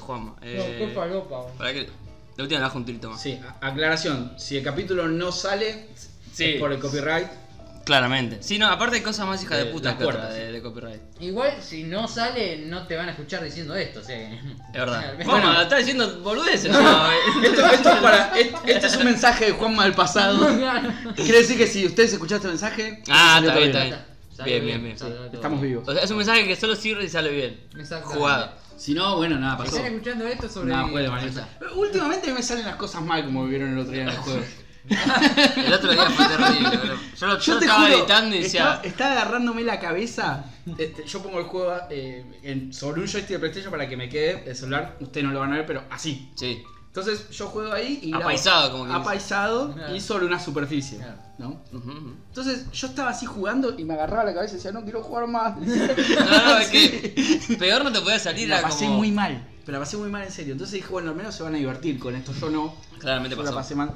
Juanma. No, qué Eh, falopa. boludo. para que. La última la bajo un tilto más. Sí, a- aclaración. Si el capítulo no sale Sí. es por el copyright, Claramente. Sí, no, aparte hay cosas más hija de, De- puta las que otra puertas, de, de copyright. Igual si no sale, no te van a escuchar diciendo esto, o sea que- Es verdad. Bueno, Juanma, está diciendo boludeces. No, eh. esto, esto es para, est- este es un mensaje de Juanma del pasado. claro. Quiere decir que si ustedes escucharon este mensaje, Ah, salió está bien, todo está bien. bien. Salió Bien, bien, bien. salió todo estamos bien. vivos. O sea, es un mensaje que solo sirve y sale bien. Exactamente. Jugado. Si no, bueno, nada, Si pasó. están escuchando esto sobre. Nada, puede, Vanessa. Últimamente me salen las cosas mal como vieron el otro día en el juego. El otro día fue terrible, bro. Yo, lo- yo estaba editando y decía. está, está agarrándome la cabeza. Este, yo pongo el juego eh, en- sobre un joystick de PlayStation para que me quede el celular. Ustedes no lo van a ver, pero así. Sí. Entonces yo juego ahí y... Apaisado, como que dice. Apaisado Claro. y sobre una superficie. Claro. ¿no? Ujú, ujú. Entonces yo estaba así jugando y me agarraba la cabeza y decía, no quiero jugar más. No, no, es que. Peor no te podía salir la era pasé como- muy mal. Pero la pasé muy mal en serio. Entonces dije, bueno, al menos se van a divertir con esto. Yo no. Claramente Yo pasó. la pasé mal.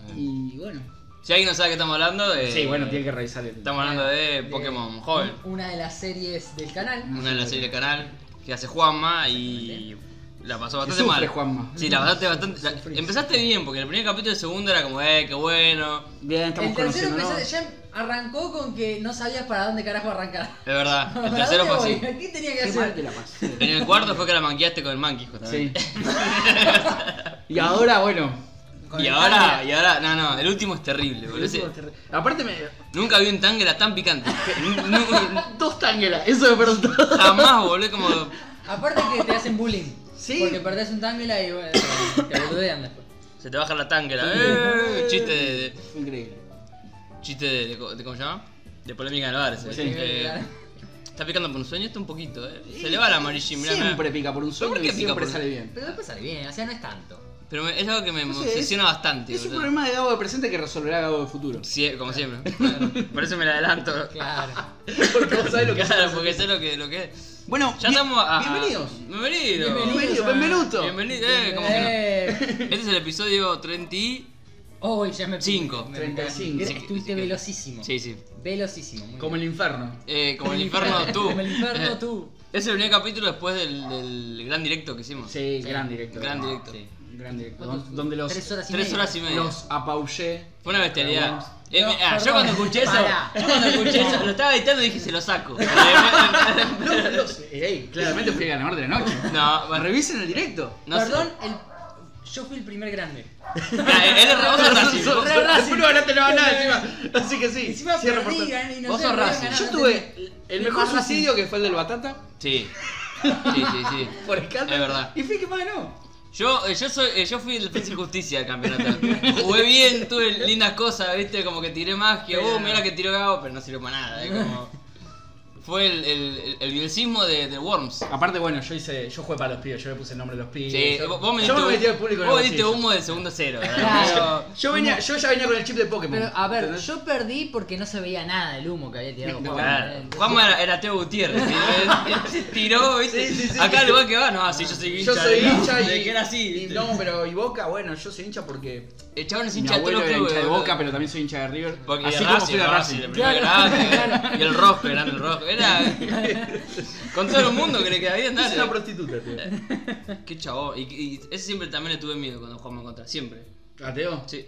Eh. Y bueno. Si alguien no sabe de qué estamos hablando, eh, Sí, bueno, tiene que Eh, revisar el. estamos hablando de Pokémon Joven, Una de las series del canal. una de las series del canal que hace Juanma y la pasó Que bastante sufre, mal. Juanma. Sí, la pasaste bastante. la- empezaste bien, porque el primer capítulo y el segundo era como, eh, qué bueno. Bien, estamos el tercero conociendo. empezó- ya arrancó con que no sabías para dónde carajo arrancar. Es verdad. El ¿Para tercero fue dónde así. voy? ¿Qué tenía que Qué mal que hacer? la pasé. En el cuarto fue que la manqueaste con el monkey, Sí. justamente. y ahora, bueno. Y ahora, y ahora, no, no, el último es terrible, boludo. Ese- Aparte me. Nunca vi un tanguera tan picante. Nu- nu- Dos tanguelas, eso me preguntó. Jamás, boludo, como. Aparte que te hacen bullying. Sí. Porque perdés un tangela y bueno, te boludean después. Se te baja la tanguera. Eh, chiste de. de- Increíble. chiste de, de- de- ¿cómo se llama? De polémica en el bar, ese. Sí. Eh, está picando por un sueño esto un poquito, eh. Se le va la amarillín, mirá, mirá. Siempre pica por un sueño ¿Por qué y pica siempre por un- sale bien. Pero después sale bien, o sea, no es tanto. Pero me- es algo que me No sé, obsesiona bastante, Es un boludo. problema de Gabo de presente que resolverá Gabo de futuro. Sie- como siempre. Por eso me la adelanto. Claro. Porque vos sabés lo que Claro, hace. porque sé lo que, lo que es. Bueno, Ya bien- estamos a- a- Bienvenidos. Bienvenido. Bienvenido. Bienvenido, Bienvenidos a- bienvenuto. Bienvenido. Eh, como que no. Eh, Este es el episodio 35. Uy, ya me Cinco. me- 35. me- Estuviste Sí, sí. velocísimo. Sí, sí. Velocísimo. muy Como bien. el infierno. Eh, como el infierno tú. Como el Eh, inferno tú. Es el primer capítulo después del, del gran directo que hicimos. Sí, gran directo. Gran directo. Sí, gran directo. ¿Cuántos? Don- Donde los, Tres horas y Tres media. horas y media. los apabullé. Fue una bestialidad. Eh, No, me- ah, yo perdón. cuando escuché eso, Pará. yo cuando escuché eso, lo estaba editando y dije, se lo saco. Eh, No, los- ey, claramente fui el ganador de la noche. no, bueno, Revisen el directo. no sé. Perdón, el... yo fui el primer grande. Ah, Él es vos sos Racing. Sos- Re sos- Racing. No, no te lo van a encima. Así que sí. Encima cierro perdí, portón. gané, y no Vos sé, sos me Racing. ganaron, Yo no tuve entendí. el Me mejor fue Racing. suicidio que fue el del Batata. Sí. Sí, sí, sí. Por escándalo. Es verdad. Y fui que más ganó. Yo, eh, yo, soy, eh, yo fui el Defensa y Justicia del campeonato. Jugué bien, tuve lindas cosas, viste, como que tiré magia, Pero- oh, mira la que tiró Gabo, pero no sirvió para nada, eh, como... Fue el, el, el, el bielcismo de, de Worms. Aparte, bueno, yo hice. Yo jugué para los pibes, yo le puse el nombre de los pibes. Sí, yo, vos vos me yo diste, me metí al humo, público en vos el me diste bolsillo. humo del segundo cero. ¿verdad? Claro. Yo, venía, yo ya venía con el chip de Pokémon. Pero, a ver, ¿entendés? yo perdí porque no se veía nada el humo que había tirado Juan. Eh, Claro. Juanma era, era Teo Gutiérrez, ¿sí? Él se tiró, ¿viste? Sí, sí, sí. Acá al lugar que va, no, sí, yo soy hincha. Yo soy de- hincha y. De que era así, y ¿viste? no, pero y Boca, bueno, yo soy hincha porque. El chabón es Mi hincha de todos abuelo los era clubes. hincha de boludo. Boca, pero también soy hincha de River. Porque así el como Racing, fui de Racing, Racing. el primer grande, ¿eh? Y el rojo, grande el rojo. Era. Con todo el mundo que le quedaba bien, Es una dale. prostituta, tío. Qué chabón. Y, y ese siempre también le tuve miedo cuando jugamos contra. Siempre. ¿Ateo? Sí.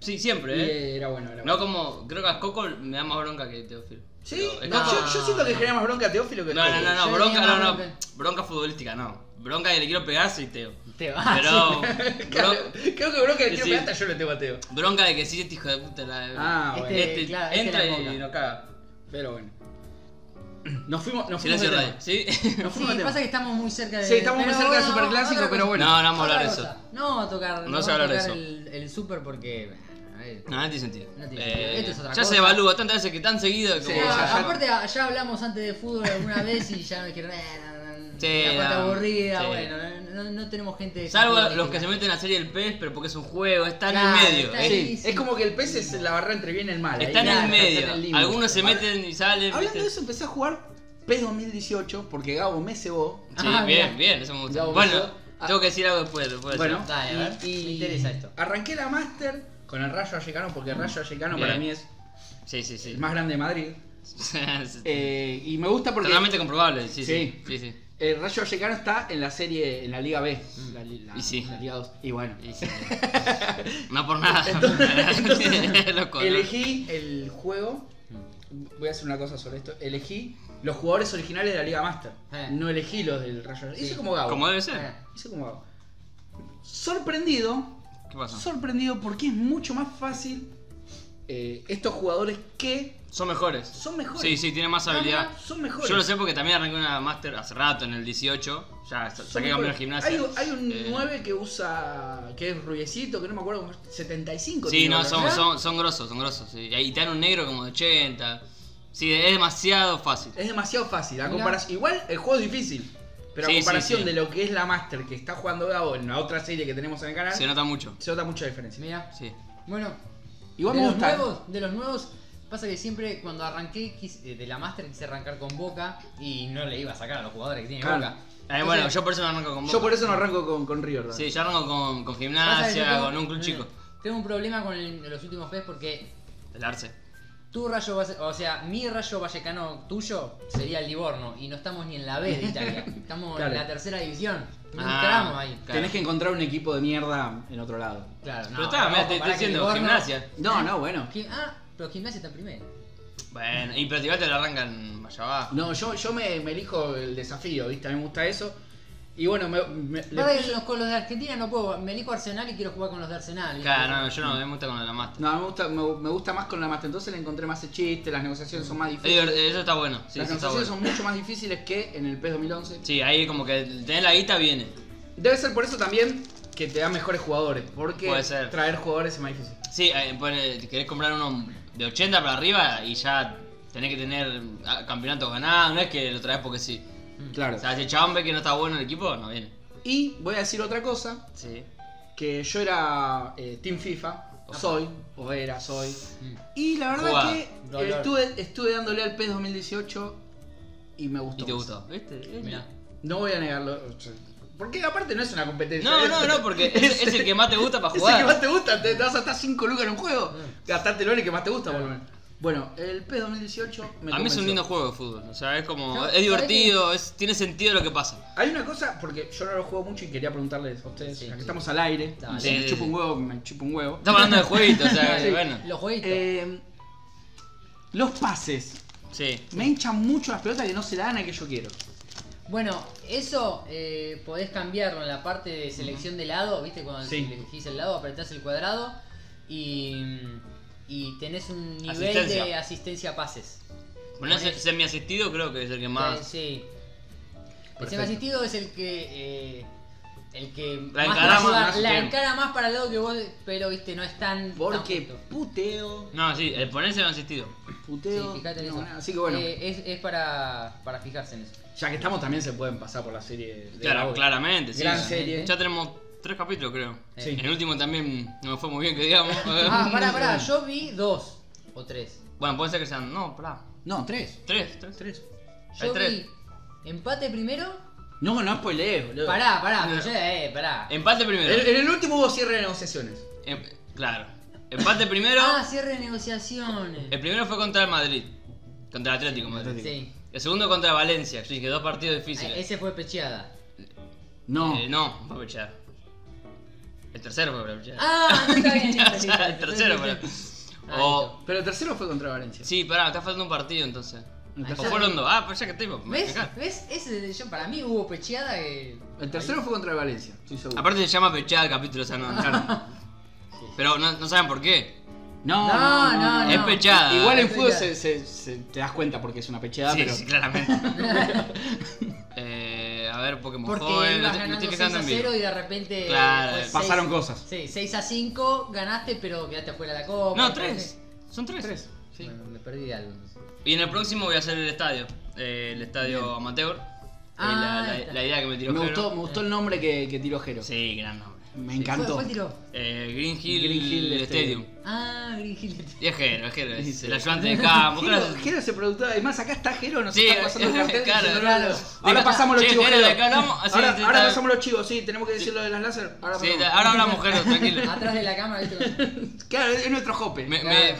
Sí, siempre, eh. Y era bueno, era bueno. No como. Creo que a Coco me da más bronca que Teófilo. ¿Sí? Pero- No, Coco- yo, yo siento que genera más bronca a Teófilo que a No, no, no, no, Yo bronca, tenía no, no. bronca. Bronca futbolística, no. Bronca que le quiero pegar, soy Teo. Te vas. Pero. Ah, Claro, bro- creo que bronca que quiero Sí. pegar, hasta yo le tengo a Teo. bronca de que sí, este hijo de puta la. Ah, bueno. Este- este claro, este entra la y, moca. no caga. Pero bueno. Nos fuimos, nos fuimos. Silencio de radio. tema. ¿Sí? Nos Sí, fuimos de tema. pasa que estamos muy cerca de. Sí, estamos muy pero cerca del bueno, superclásico, otra pero cosa. bueno. No, no vamos a hablar de Otra eso. cosa. No vamos a tocar. No se va a hablar de tocar eso. El, el super porque. a ver. No, no tiene sentido. Eh, No tiene sentido. Esto es otra ya cosa. se evalúa tantas veces que tan seguido que Sí, como- No, ya- ya- aparte, ya, hablamos antes de fútbol alguna vez y ya nos dijeron. "Eh, no, no, no, Sí, la parte no, aburrida, sí. bueno, no, no- no tenemos gente. de Salvo fútbol los que se original". meten en la serie del pez, pero porque es un juego, está Claro, en el medio. está eh. ahí. Sí, es como que el pez es la barra entre bien y el mal. Está en Ahí, el claro, está medio. en el límite. Algunos se meten y salen. Hablando de ¿viste? eso, empecé a jugar PES 2018 porque Gabo me cebó. Sí, Ah, bien, mirá. bien, eso me gusta. Gabo Bueno, Mazzó. Ah. tengo que decir algo después. después Bueno, Dale, a ver, me interesa esto. Arranqué la Master con el Rayo Vallecano porque el Rayo Vallecano Bien. para mí es Sí, sí, sí. el más grande de Madrid. Sí. Eh, y me gusta porque. Totalmente comprobable, sí, sí. Sí. sí, sí. El Rayo Vallecano está en la serie, en la Liga B. La, li- la- Mm. Y sí. la Liga 2. Y bueno. Y sí. No por nada. Loco, ¿no? Elegí el juego. Mm. Voy a hacer una cosa sobre esto. Elegí los jugadores originales de la Liga Master. Eh. No elegí los del Rayo. Vallecano. Hice Sí. como Gabo. Como debe ser. Eh. Hice como Gabo. Sorprendido. ¿Qué pasó? Sorprendido porque es mucho más fácil eh, estos jugadores que Son mejores. son mejores. Sí, sí, tiene más Ah, habilidad. mira. Son mejores. Yo lo sé porque también arranqué una master hace rato, en el 18. Ya sa- Son saqué campeón mejores. de gimnasia. Hay, un- hay un Eh, 9 que usa. que es rubiecito, que no me acuerdo cómo es, 75. Sí, tiene no, ahora, son, ¿verdad? son, son grosos, son grosos. sí. Y te dan un negro como de 80. Sí, es demasiado fácil. Es demasiado fácil. la Mirá. comparación- igual el juego es difícil. Pero Sí, a sí, comparación sí. de lo que es la Master que está jugando Gabo en la otra serie que tenemos en el canal, Se nota mucho. se nota mucha diferencia. Mira, Sí. Eh, bueno, Igual de me los gusta. nuevos, de los nuevos, pasa que siempre cuando arranqué quis- eh, de la Master quise arrancar con Boca y no le iba a sacar a los jugadores que tiene Claro. Boca. Eh, Entonces, bueno, yo por eso me arranco con Boca. Yo por eso no arranco con, con River. ¿verdad? Sí, yo arranco con, con pasa que yo gimnasia, tengo- con un Eh. club chico. Tengo un problema con el- los últimos PES porque El Arce. tu rayo, Valle- o sea, mi rayo vallecano tuyo sería el Livorno y no estamos ni en la B de Italia, estamos Claro. en la tercera división, no Ah, entramos ahí. claro. Tenés que encontrar un equipo de mierda en otro lado. Claro, no, Pero está, mira, ojo, te estoy pará que diciendo, Livorno- gimnasia. No, no, bueno. Gi- Ah, pero gimnasia está en primero. Bueno, y Platigate te lo arrancan allá abajo. No, yo, yo me, me elijo el desafío, ¿viste? A mí me gusta eso. Y bueno, me, me- le- Para que los, con los de Argentina no puedo, me elijo Arsenal y quiero jugar con los de Arsenal. Claro, no, yo no, me gusta con la master. no, me, gusta, me, me gusta más con la Master. Entonces le encontré más el chiste, las negociaciones son más Es difíciles. divert- Eh, Eso está bueno. Sí, las eso está negociaciones bueno. son mucho más difíciles que en el PES 2011. Sí, ahí como que tenés la guita, viene. Debe ser por eso también que te da mejores jugadores, porque Puede ser. traer jugadores es más difícil. Sí, eh, pone- querés comprar uno de 80 para arriba y ya tenés que tener ah, campeonatos ganados, no es que lo traes porque sí. Claro. O sea, si el chabón ve que no está bueno el equipo, no viene. Y voy a decir otra cosa, Sí. que yo era eh, Team FIFA, o soy, o era, soy. Mm. Y la verdad Jugada. que eh, Dolor. estuve, estuve dándole al PES 2018 y me gustó. Y te más. gustó. ¿Viste? Mirá. No voy a negarlo. Porque aparte no es una competencia. No, no, no, porque es, es el que más te gusta para Es el jugar. Mm. que más te gusta, te, te vas a gastar 5 lucas en un juego. Gastártelo en el que más te gusta, por lo menos. Bueno, el PES 2018 me A mí es convenció. un lindo juego de fútbol, o sea, es como, Yo- es divertido, es, tiene sentido lo que pasa. Hay una cosa, porque yo no lo juego mucho y quería preguntarles a ustedes, Sí, ya que sí. estamos al aire, Dale. si me chupa un huevo, me chupa un huevo. Estamos hablando de jueguitos, o sea, Sí. bueno, Los jueguitos. Eh, los pases. sí. Me hinchan mucho las pelotas que no se dan a que yo quiero. Bueno, eso eh, podés cambiarlo en la parte de selección de lado, ¿viste? Cuando Sí. elegís el lado, apretás el cuadrado y, y tenés un nivel Asistencia. de asistencia a pases. Bueno, ese semi-asistido creo que es el que más... Sí. El Perfecto. semi-asistido es el que. eh, el que La más encara te ayuda- más, la bien. encara más para el lado que vos, pero viste, no es tan. tan Porque justo. puteo, No, sí, el ponerse semi-asistido. Sí, puteo. fíjate en no, eso. nada. Así que bueno, Eh, es es para, para fijarse en eso. ya que estamos también se pueden pasar por la serie. De Claro, Gabo. claramente, sí. Gran sí. serie. Ya tenemos tres capítulos, creo. Sí. El último también no me fue muy bien, que digamos. Eh, Ah, pará, pará, yo vi dos o tres. Bueno, puede ser que sean. No, pará. No, tres. Tres, tres, tres. Hay Yo tres. vi empate primero. No, no spoilees, boludo. Pará, pará, pero ya, eh, pará. Empate primero. En, en el último hubo cierre de negociaciones. Em- claro. Empate primero. Ah, cierre de negociaciones. El primero fue contra el Madrid. Contra el Atlético Madrid. Sí. El segundo contra Valencia. Yo dije, dos partidos Ah, difíciles. Ese fue pecheada. No. Eh, no, fue aprovechar. El tercero fue aprovechar. Ah, no está bien. o sea, el tercero, pero. Ah, O. Pero el tercero fue contra Valencia. Sí, pará, me está faltando un partido entonces. El O tercero, fueron dos. Ah, pero ya que estoy. me ¿Ves? fijá. ¿Ves? Ese, yo, para mí hubo pecheada eh, que. el tercero fue contra Valencia, estoy seguro. Aparte se llama pechada el capítulo, o sea, no, claro. Pero no, no saben por qué. No, No, no, no. Es pechada. Igual en Es fútbol pechada. se, se- se- te das cuenta porque es una pechada, sí, pero. sí, claramente. eh, a ver, Pokémon Porque Joven, ibas me ganando estoy 6 fijando a en vivo. 0 y de repente. Claro, fue seis- pasaron cosas. Sí, 6 a 5, ganaste, pero quedaste afuera de la copa. No, tres. Son tres. Tres. Sí. Bueno, me perdí algo. Y en el próximo voy a hacer el estadio. eh, el estadio amateur. Eh, Ah, la- ahí la, está. la idea que me tiró Me Jero. gustó, me gustó el nombre que, que tiró Jero. Sí, gran nombre. Me ¿Cuál, encantó. cuál tiró? Eh, Green Hill, Green Hill este, Stadium. Ah, Green Hill. Y es Jero, es Jero, es Sí. el ayudante de campo. Jero, Ah, claro. Jero se preguntó, además acá está Jero, nos Sí, está pasando el cartel. claro, diciendo, claro. "Ahora- Ahora pasamos los Che, chivos, Jero, de Jero. acá hablamos. Ah, sí, Ahora, sí, ahora está- pasamos los chivos, sí, tenemos que decir lo de las láser. Ahora Sí, pasamos. ahora hablamos, Jero, tranquilo. Atrás de la cámara, ¿viste? Claro, es nuestro jope. Me, me-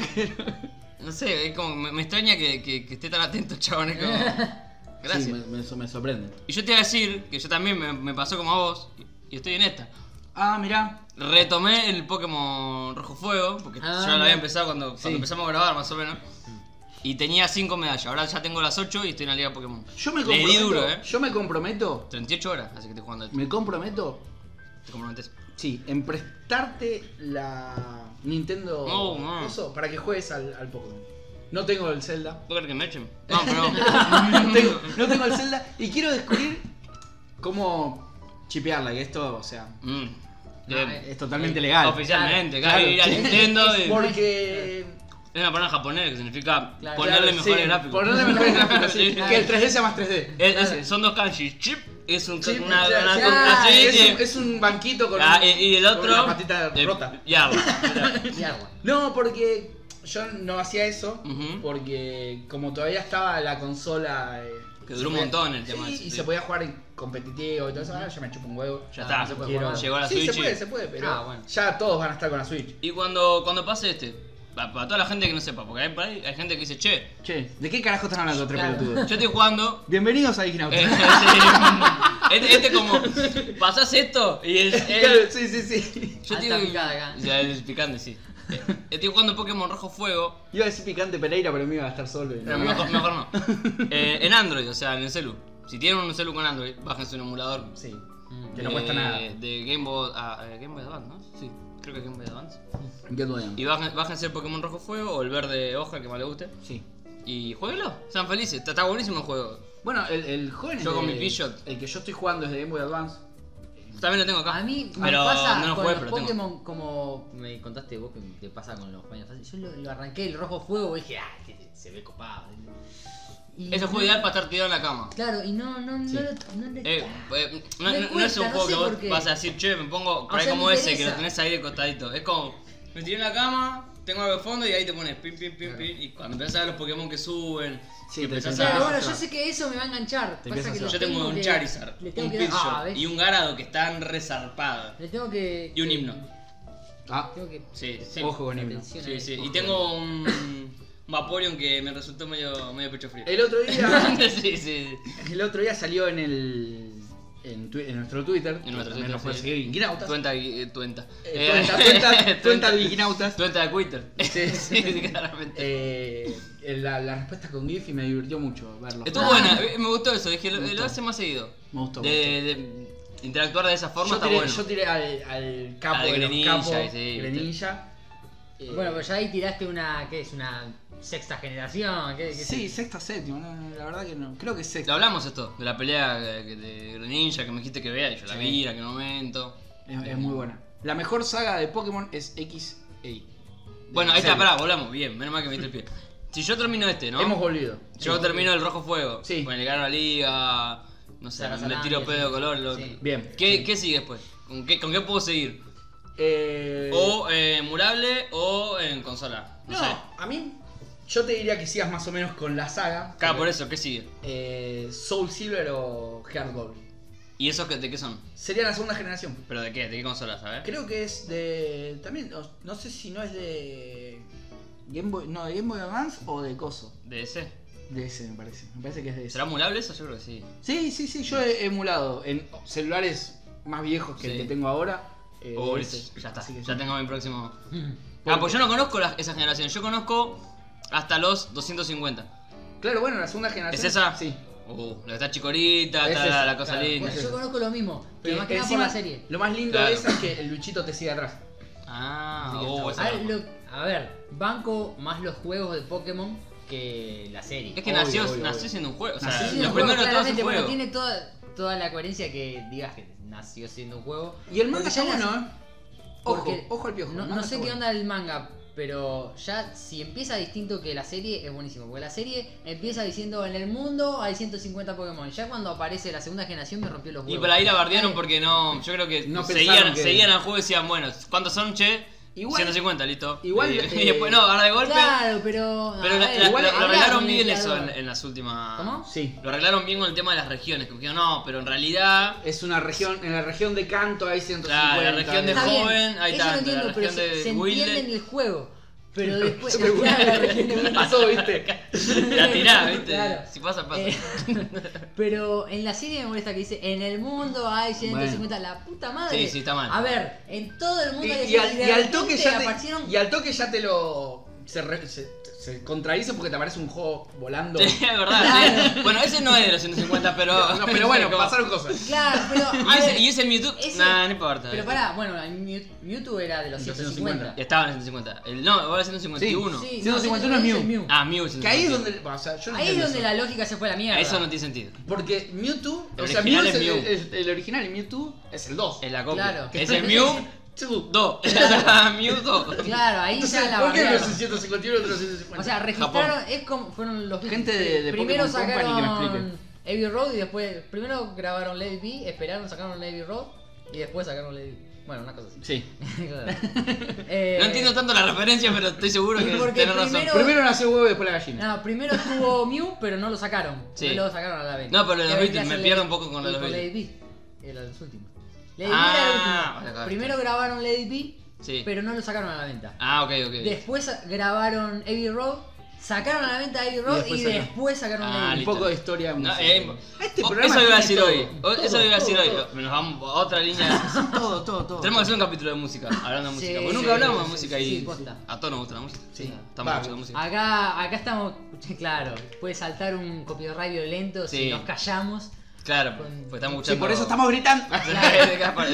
no sé, es como, me, me extraña que, que- que esté tan atento, chabón. Es como, Gracias. Sí, me, me so- me sorprende. Y yo te iba a decir que yo también me, me pasó como a vos, y- y estoy en esta. Ah, mirá. Retomé el Pokémon Rojo Fuego, porque yo Ah, ya lo había bien. empezado cuando, cuando Sí. empezamos a grabar, más o menos. Y tenía 5 medallas, ahora ya tengo las 8 y estoy en la Liga Pokémon. Yo me Le comprometo. di duro, eh. Yo me comprometo. 38 horas, así que estoy jugando esto. Me comprometo. Te comprometes. Sí, en prestarte la Nintendo Oh, man. coso para que juegues al, al Pokémon. No tengo el Zelda. ¿Puedo creer que me echen? No, pero. no, tengo, no tengo el Zelda y quiero descubrir cómo chipearla, que esto, o sea, Mm. No, Bien. eh, es totalmente legal. Oficialmente, Claro, claro, ir a sí. Nintendo. y- Porque Es una palabra japonés que significa Claro, ponerle claro, mejores sí, gráficos. Ponerle mejores gráficos, sí. Sí. Que el 3D sea más 3D. Es- es- son dos kanji. Chip es un, Sí, una, ya, una- ya, una- así, es, sí. un, es un banquito con, Ah, un- y, y el con otro. una patita eh, rota. ya, bueno. Y agua. No, porque yo no hacía eso, Ujú. porque como todavía estaba la consola... eh, Que se duró un podía- montón el sí, tema ese, Y sí. se podía jugar en competitivo y todo eso, ahora ya me chupo un huevo. Ya Ah, está, no se puede Quiero- jugar. llegó la sí, Switch. se y- puede, se puede, pero Ah, bueno. ya todos van a estar con la Switch. Y cuando, cuando pase este, para, para toda la gente que no sepa, porque hay, por ahí hay gente que dice, che, Che, ¿de qué carajo están hablando tres Claro. yo pelotudos? estoy jugando. Bienvenidos a Ignauta. eh, sí. este, este como, pasás esto y el. el- sí, sí, sí. yo Alta picada acá. Ya, el picante, sí. Eh, Estoy jugando Pokémon Rojo Fuego. Iba a decir picante Pereira, pero me iba a estar solo. y Pero no. mejor, mejor no. Eh, en Android, o sea, en el celu. Si tienen un celu con Android, bájense un emulador. Sí. Mm. Que no de- cuesta nada. De Game Boy, ah, eh, Game Boy Advance, ¿no? Sí, creo que es Game Boy Advance. Get Boyan. Y bajen- bájense el Pokémon Rojo Fuego o el verde hoja, el que más les guste. Sí. Y jueguenlo, sean felices. Está, está buenísimo el juego. Bueno, el, el joven. Yo el- con mi Pidgeot. El que yo estoy jugando es de Game Boy Advance. También lo tengo acá. A mí me pero pasa no lo con jugué, los pero tengo. Pokémon como me contaste vos que te pasa con los Final Fantasy. Yo lo, lo arranqué el rojo fuego y dije, ah, que se ve copado. Y Ese juego no- ideal para estar tirado en la cama. Claro, y no, no, no, Sí. lo- no le- Eh, eh, no, Me no- no es cuesta, un no juego sé que vos por qué. vas a decir, che, me pongo por O ahí sea, como me ese, que lo interesa. tenés ahí de costadito. Es como, me tiré en la cama, tengo algo de fondo y ahí te pones pim, pim, pim, pim. Y cuando empezás a ver los Pokémon que suben, Sí, que te empezás sentás. Claro, a. bueno, yo sé que eso me va a enganchar. Te Pasa empiezas que a- le Yo tengo un que- Charizard, le tengo un que dar- ah, Pidgeot ¿ves? y un Garado que están resarpados. Le tengo que. Y un que- himno. Ah, Tengo que. Sí, sí. ojo con himno. atención a Sí, eso. sí. Y tengo un, un Vaporeon que me resultó medio, medio pecho frío. El otro día. sí, sí. el otro día salió en el. En, twi- en nuestro Twitter. En nuestro que también Twitter, nos pueden sí. seguir Ignautas. Tuenta, eh, tuenta. Eh, Tuenta, Tuenta, Tuenta de Ignautas. Tuenta de Twitter. Sí. sí, claramente. Eh, la, la respuesta con Gif y me divirtió mucho verlo. Estuvo Ah, buena, eh, me gustó eso, dije, lo, Me lo gustó. hace más seguido. Me gustó. de, me gustó. de interactuar de esa forma yo está tiré, bueno. yo tiré al, al capo Al de los Greninja, capos, sí, Greninja. Eh, Bueno, pero ya ahí tiraste una. ¿Qué es? Una sexta generación. ¿Qué, qué es Sí, eso? sexta, séptima, no, no, la verdad que no. Creo que es Lo sexta. hablamos esto, de la pelea eh, que- de Greninja que me dijiste que vea y yo la Sí. vi, en aquel momento. Es, es muy buena. La mejor saga de Pokémon es XA. Bueno, ahí En está, serio. pará, volamos, bien, menos mal que me diste el pie. Si yo termino este, ¿no? Hemos volvido. Yo termino el Rojo Fuego. Sí. Con el Garo a la Liga. No sé, Sarasarán, me tiro sí. pedo de color. lo- Sí. Bien. ¿Qué, ¿Qué sigue después? ¿Con qué, ¿Con qué puedo seguir? Eh, O eh, murable o en consola. No, no, sé. a mí. Yo te diría que sigas más o menos con la saga. Acá por eso, ¿qué sigue? Eh, Soul Silver o Heart Gold. ¿Y esos qué- de qué son? Sería la segunda generación. ¿Pero de qué? ¿De qué consola, sabes? Creo que es de. También, no, no sé si no es de. Game Boy, no, de Game Boy Advance o de Coso. ¿De ese? De ese, me parece. Me parece que es de ese. ¿Será murable eso? Yo creo que sí. Sí, sí, sí, yo he emulado en celulares más viejos que Sí. el que tengo ahora. eh, O ese. ese. Oh, Ya está, Así que ya sí. tengo mi próximo. Ah, Mm. Porque- pues yo no conozco la- esa generación. Yo conozco hasta los 250. Claro, bueno, la segunda generación. ¿Es esa? Sí. Uh, la que está chicorita, Es está esa, la, la cosa claro. linda. Bueno, yo conozco lo mismo, pero Que más que nada por encima, la serie. Lo más lindo Claro. de esa es que el luchito te sigue atrás. Ah, Así que oh, está Ah, esa A no. ver, Ah, lo- a ver, banco más los juegos de Pokémon que la serie. Es que Obvio, nació, obvio, nació obvio. siendo un juego. O sea, Nació los siendo un juego, primeros todos son claramente, pero juegos. tiene toda, toda la coherencia que digas que nació siendo un juego. Y el manga Porque está ya bueno, las- ¿eh? Ojo, porque ojo al piojo. el No, manga no está sé qué bueno. onda el manga, pero ya si empieza distinto que la serie, es buenísimo. Porque la serie empieza diciendo en el mundo hay 150 Pokémon. Ya cuando aparece la segunda generación me rompió los Y huevos. Eh, por ahí la bardearon porque no. Yo creo que No pensaron seguían, que- seguían al juego y decían, bueno, ¿cuántos son, che? Igual- 150, listo. igual, Y, y eh, después, no, ahora de golpe. Claro, pero. Pero a la- ver, la- igual lo, lo hablá arreglaron con el bien eso en, creador. en las últimas. ¿Cómo? Sí. Lo arreglaron bien con el tema de las regiones. Como que no, pero en realidad. Es una región, en la región de Canto hay 150. Claro, la región de ¿no? Está bien, Este joven, ahí eso está, lo la entiendo, pero región se, de se Wilde. entiende en el juego. Pero después. Yo me voy. Claro, relleno uno. Pasó, viste. La tirá, ¿viste? Claro. Si pasa, pasa. Eh, pero en la serie me molesta que dice, en el mundo hay 150, la puta madre. Sí, sí, está mal. A ver, en todo el mundo Y, hay y al, y al 150, toque y ya te, aparecieron y al toque ya te lo. Se, re- se, se contradice porque te aparece un juego volando. Sí, es verdad, sí. Bueno, ese no es de los 150, pero. No, pero bueno, Como- pasaron cosas. Claro, pero. Y a Ah, ese, ver, y ese Mewtwo. ese- Nah, no importa. Pero pará, bueno, en Mew- Mewtwo era de los Los 150. Estaba en el 150. El, no, ahora es 151. Sí, 151 no, es Mew. ese Ah, Mew 151. Que ahí es donde. O sea, yo no Ahí es entiendo donde eso. la lógica se fue a la mierda. Ah, Eso no tiene sentido. Porque Mewtwo. El o sea, Mew original es es el, Mew. el- el original y Mewtwo es el 2. Es la copia. Claro. Es el Mew 2. Mew 2. Claro, ahí Entonces, ya la ¿por qué no bardearon. es el 151 y otro 150? O sea, registraron, es como fueron los Gente de- de primero Pokémon Company que me sacaron Abbey Road y después primero grabaron Lady B, esperaron sacaron Lady Road y después sacaron Lady B. Bueno, una cosa así. Sí. Claro. Eh, No entiendo tanto la referencia, pero estoy seguro que Porque tenés razón. primero- Primero nació huevo y después la gallina. No, primero estuvo Mew, pero no lo sacaron. Sí. No lo sacaron a la vez. No, pero los Beatles, Que vendría a me ser pierdo Lady- un poco con los y Beatles. Lady B, era los últimos. Lady Ah, B era el último. vale, claro. Primero grabaron Lady B, Sí. pero no lo sacaron a la venta. Ah, ok, ok. Después grabaron Abbey Road, sacaron a la venta Abbey Road Y y después después sacaron Ah, Lady Un B. listo. poco de historia. No, musical. eh, Este o- programa eso iba a tiene decir todo. hoy. O- Eso Todo, iba a decir todo, hoy. todo. Nos vamos a otra línea. Todo, todo, todo. Tenemos que hacer un capítulo de música, hablando de Sí, música. Porque nunca sí, hablamos de sí, música sí, y sí, posta. a todos nos gusta la música. Sí. Estamos Va. mucho de música. Acá, acá estamos, claro, puede saltar un copyright violento Sí. si nos callamos. Claro, Con- pues estamos Sí, escuchando. por eso estamos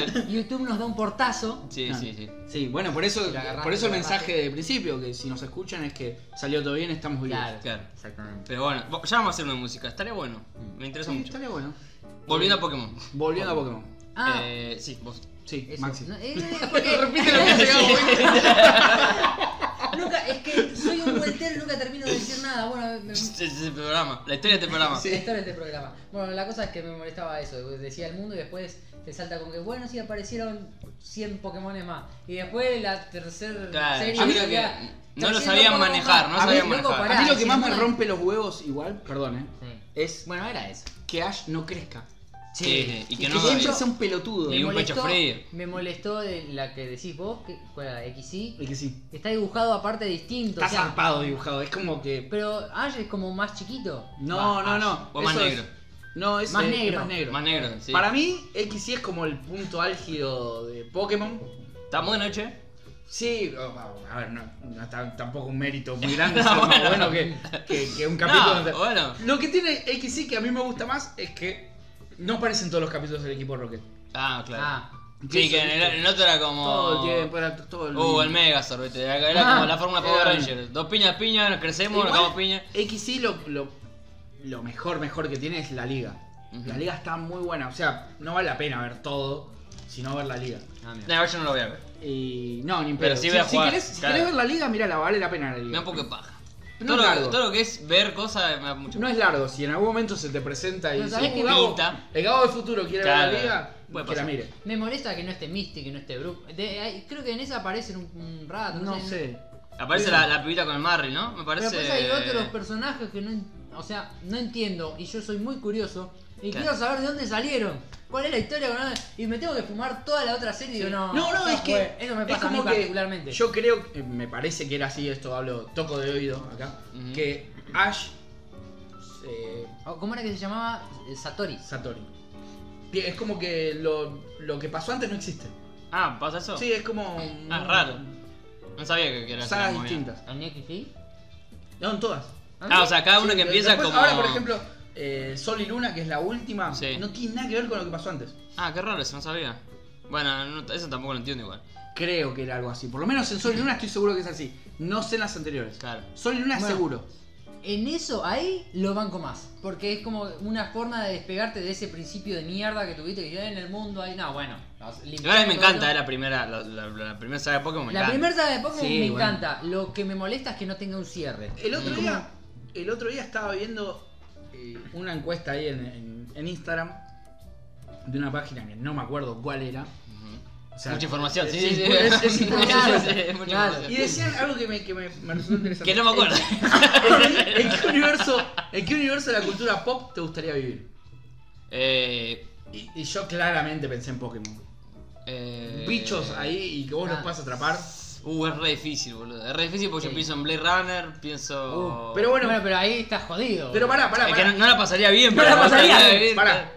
gritando. YouTube nos da un portazo. Ah. Sí, sí, sí. Sí, bueno, por eso, la agarraste, por eso el la agarraste. mensaje de principio, que si nos escuchan es que salió todo bien, estamos vivos. Claro. Claro. Exactamente. Pero bueno, bo- ya vamos a hacer una de música. Estaría bueno. Me interesa Sí, mucho. estaría bueno. Volviendo a Pokémon. Volviendo a Pokémon. Ah, Eh, sí, vos. Sí, eso. Maxi. No, eh, porque- Repite lo que ha llegado hoy. Nunca, es que soy un vueltero y nunca termino de decir nada. Bueno, me, Es el programa. La historia de este programa. Sí. Estar en este programa. Bueno, la cosa es que me molestaba eso. Decía el mundo y después te salta con que, bueno, sí aparecieron 100 Pokémones más. Y después la tercera Claro. serie. A mí había lo que- no lo 300 sabían Pokémon manejar, más. no A sabían ver, loco, manejar. pará, A mí lo que si más no me hay- rompe los huevos, igual, perdón, eh, Sí. es Bueno, era eso. que Ash no crezca. Sí, y Y que que, no. siempre y- sea un pelotudo. Y un pecho frío. Me molestó de la que decís vos, que, ¿cuál era? XY. Es que sí. Está dibujado aparte distinto. Está o sea, zarpado dibujado, es como que. pero Ash es como más chiquito. Ah, No, Va, no, no. O más eso es- negro. No, es Más eh, negro. Más negro. Más negro, sí. Para mí, XY es como el punto álgido de Pokémon. ¿Está bueno, che? Sí, o- a ver, no, no está tampoco un mérito muy grande, ser bueno. más bueno que, que- que un capítulo. No, donde- bueno. Lo que tiene XY que a mí me gusta más es que no aparecen todos los capítulos del equipo Rocket. Ah, claro. Ah, sí, que en el, en el otro era como. Todo el tiempo, era todo el. Uh, el Megazord, ¿viste? Era, era Ah, como la fórmula Power era- Ranger. Dos piñas, piña, nos crecemos, Igual, nos acabamos piña. XY lo, lo, lo mejor, mejor que tiene es la liga. Ujú. La liga está muy buena, o sea, no vale la pena ver todo, sino ver la liga. ah, mira. No, yo no lo voy a ver. Y no, ni en Pero pedo. sí voy a jugar, querés, si claro. querés ver la liga, mira, la vale la pena la liga. Me da un poco de paja. No Todo es lo, largo. todo lo que es ver cosas me da mucho No es largo, si en algún momento se te presenta y Pero dice, ¿sabés "Uh, qué Gabo, pinta?" el Gabo del futuro quiere Claro, ver la liga, puede que la pasar. mire. Me molesta que no esté Misty, que no esté Brook. De- hay- creo que en esa aparecen un, un rato. No sé. Aparece la, la pibita con el Marry, ¿no? Me Pero parece. después hay otros personajes que no, en- o sea, no entiendo y yo soy muy curioso y Claro. quiero saber de dónde salieron. ¿Cuál es la historia? con la- Y me tengo que fumar toda la otra serie y digo, no. No, no, ya es que. fue. Eso me es pasa a mí como que particularmente. Yo creo, eh, me parece que era así, esto hablo, toco de oído acá, Ujú. que Ash. eh, O, Oh, ¿Cómo era que se llamaba? Eh, Satori. Satori. Pi- Es como que lo, lo que pasó antes no existe. Ah, ¿pasa eso? Sí, es como. Ah, raro. No sabía que que era Sagas así la movida. distintas. ¿En XY? No, en todas. Ah, o sea, cada uno Sí, que empieza después- como. Ahora, por ejemplo, eh, Sol y Luna, que es la última, Sí. no tiene nada que ver con lo que pasó antes. Ah, qué raro eso, no sabía. Bueno, no- eso tampoco lo entiendo igual. Creo que era algo así. Por lo menos en Sol y Luna estoy seguro que es así. No sé en las anteriores. Claro. Sol y Luna Bueno. seguro. En eso ahí lo banco más. Porque es como una forma de despegarte de ese principio de mierda que tuviste que ya en el mundo ahí. No, bueno. Igual a mí me encanta, eh, era la primera, la, la- la primera saga de Pokémon me La encanta. primera saga de Pokémon Sí, me bueno. Eh, encanta. Lo que me molesta es que no tenga un cierre. El otro Es como- día, el otro día estaba viendo eh, una encuesta ahí en, en- en Instagram de una página que no me acuerdo cuál era. Ujú. O sea, Mucha información, es- sí, sí, sí. es- es información. Sí, sí, sí, mucha Claro. información. Y decían algo que me, que me, me resultó interesante. Que no me acuerdo. ¿En qué, universo, ¿En qué universo de la cultura pop te gustaría vivir? eh, Y, y yo claramente pensé en Pokémon. eh, Bichos ahí y que vos los ah. puedas atrapar. Uh, es re difícil, boludo. Es re difícil porque Sí. yo pienso en Blade Runner, pienso. Uh, pero bueno, pero ahí está jodido. Pero pará, pará, Es que pará. no, no la pasaría bien, No pero la pasaría bien, bien. pará.